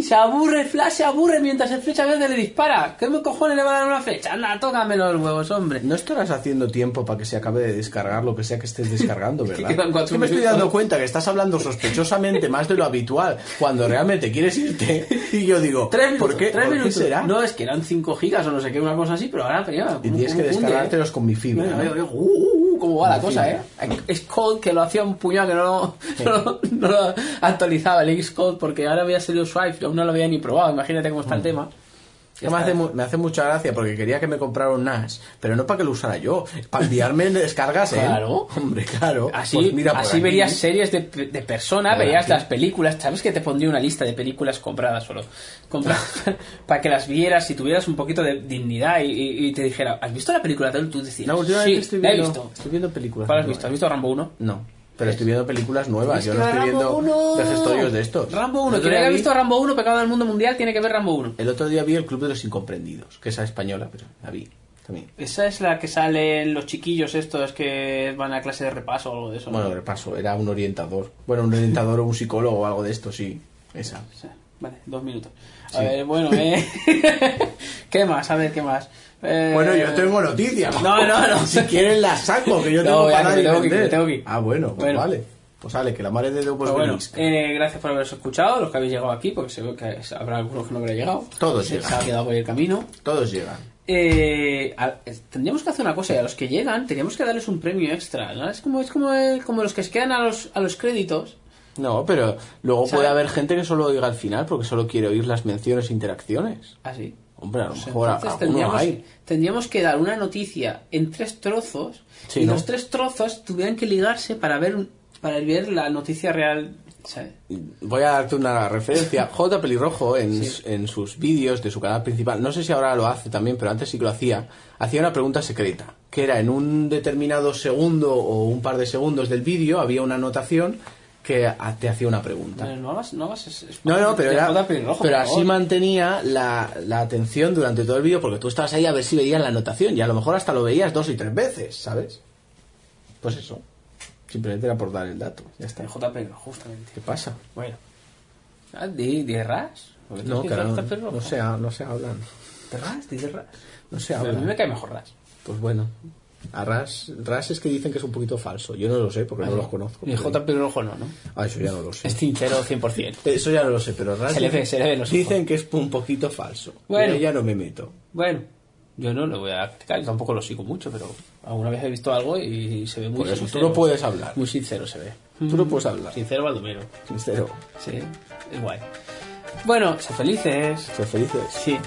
Se aburre, Flash se aburre mientras el flecha verde le dispara. ¿Qué me cojones le va a dar una flecha? Anda, tócame los huevos, hombre. No estarás haciendo tiempo para que se acabe de descargar lo que sea que estés descargando, ¿verdad? quedan cuatro Yo me estoy minutos. dando cuenta que estás hablando sospechosamente más de lo habitual cuando realmente quieres irte. Y yo digo, Tres minutos, ¿por qué, tres por qué minutos. será? No, es que eran 5 gigas o no sé qué, una cosa así, pero ahora mira, y cómo- tienes que cómo cunde, ¿eh? descargártelos con mi fibra. Mira, ¿no? mira, mira, uh, uh, uh, cómo va la En cosa, fin. eh. Es Cold que lo hacía un puñado que no lo, no, lo- no lo actualizaba el Xcode porque ahora había salido Swipe y aún no lo había ni probado. Imagínate cómo está el tema. que me hace, mu- me hace mucha gracia porque quería que me comprara un NAS, pero no para que lo usara yo, para enviarme descargas. ¿eh? Claro. Hombre, claro. Así, Pues mira por así aquí. verías series de, de persona, Por verías aquí. las películas. ¿Sabes que te pondría una lista de películas compradas solo? Compradas para que las vieras y tuvieras un poquito de dignidad y, y- y te dijera, ¿has visto la película? tal?" Tú decías, No, últimamente sí, estoy la he viendo, visto. estoy viendo películas. ¿Cuál has nuevas. visto? ¿Has visto Rambo 1? No, pero estoy viendo películas nuevas. Yo no Hostia, estoy viendo Rambo 1. vejestorios de estos. Rambo El 1. otro Quien día haya vi- visto Rambo 1, pecado del mundo mundial, tiene que ver Rambo 1. El otro día vi El Club de los Incomprendidos, que esa es española, pero la vi también. Esa es la que salen los chiquillos estos que van a clase de repaso o algo de eso. ¿no? Bueno, repaso, era un orientador. Bueno, un orientador o un psicólogo o algo de esto, sí. Esa. Sí, Vale, dos minutos. A Sí. ver, bueno, eh... ¿qué más? A ver, ¿qué más? Eh, Bueno, yo tengo noticias. No, no, no. Si quieren la saco, que yo No, tengo ya, para que me nadie tengo que ir, vender. me tengo que ir. Ah, bueno, pues Bueno. vale. Pues vale, que la madre de Dios pues Pero bueno, venís. eh, gracias por haberos escuchado, los que habéis llegado aquí, porque seguro que habrá algunos que no habrá llegado. Todos se, llegan. se ha quedado por el camino. Todos llegan. Eh, a- eh, tendríamos que hacer una cosa, y a los que llegan teníamos que darles un premio extra, ¿no? Es como, es como, el- como los que se quedan a los, a los créditos. No, pero luego ¿Sabe? puede haber gente que solo oiga al final porque solo quiere oír las menciones e interacciones. Así. Hombre, a lo Pues mejor a- entonces alguno tendríamos, hay. tendríamos que dar una noticia en tres trozos Sí, y ¿no? los tres trozos tuvieran que ligarse para ver un- para ver la noticia real. ¿sabes? Voy a darte una referencia. J. Pelirrojo, en, Sí. en sus vídeos de su canal principal, no sé si ahora lo hace también, pero antes sí que lo hacía, hacía una pregunta secreta, que era en un determinado segundo o un par de segundos del vídeo había una anotación que ha- te hacía una pregunta. No, no hagas, no hagas es- es- No, no, pero, te era- jodas pelirrojo, pero por así favor. mantenía la, la atención durante todo el vídeo porque tú estabas ahí a ver si veías la anotación y a lo mejor hasta lo veías dos y tres veces, ¿sabes? Pues eso. Simplemente era por dar el dato. Ya está. El J. Pedro, justamente. ¿Qué pasa? Pues Bueno. Ah, di, di ras. Porque tú No, has claro, dicho J. Pedro, no se, ha- no se hablan. ¿De ras? Di de ras. No se Pero a mí me hablan. cae mejor ras. Pues bueno. A Ras, Ras es que dicen que es un poquito falso. Yo no lo sé porque no los conozco. Y el J. Pedro Rojo no, ¿no? Ah, eso ya no lo sé. Es sincero 100%. Eso ya no lo sé, pero Ras Se le ve, se le ve los dicen que es un poquito falso. Bueno. Yo ya no me meto. Bueno, yo no lo voy a criticar, yo tampoco lo sigo mucho, pero alguna vez he visto algo y se ve muy Por eso tú sincero. no puedes hablar. Muy Mm. sincero se ve. Tú no puedes hablar. Sincero Baldomero. Sincero. Sí, es guay. Bueno, sé felices. Ser felices. Sí.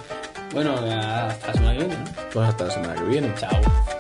Bueno, hasta la semana que viene, ¿no? Pues hasta la semana que viene. Chao.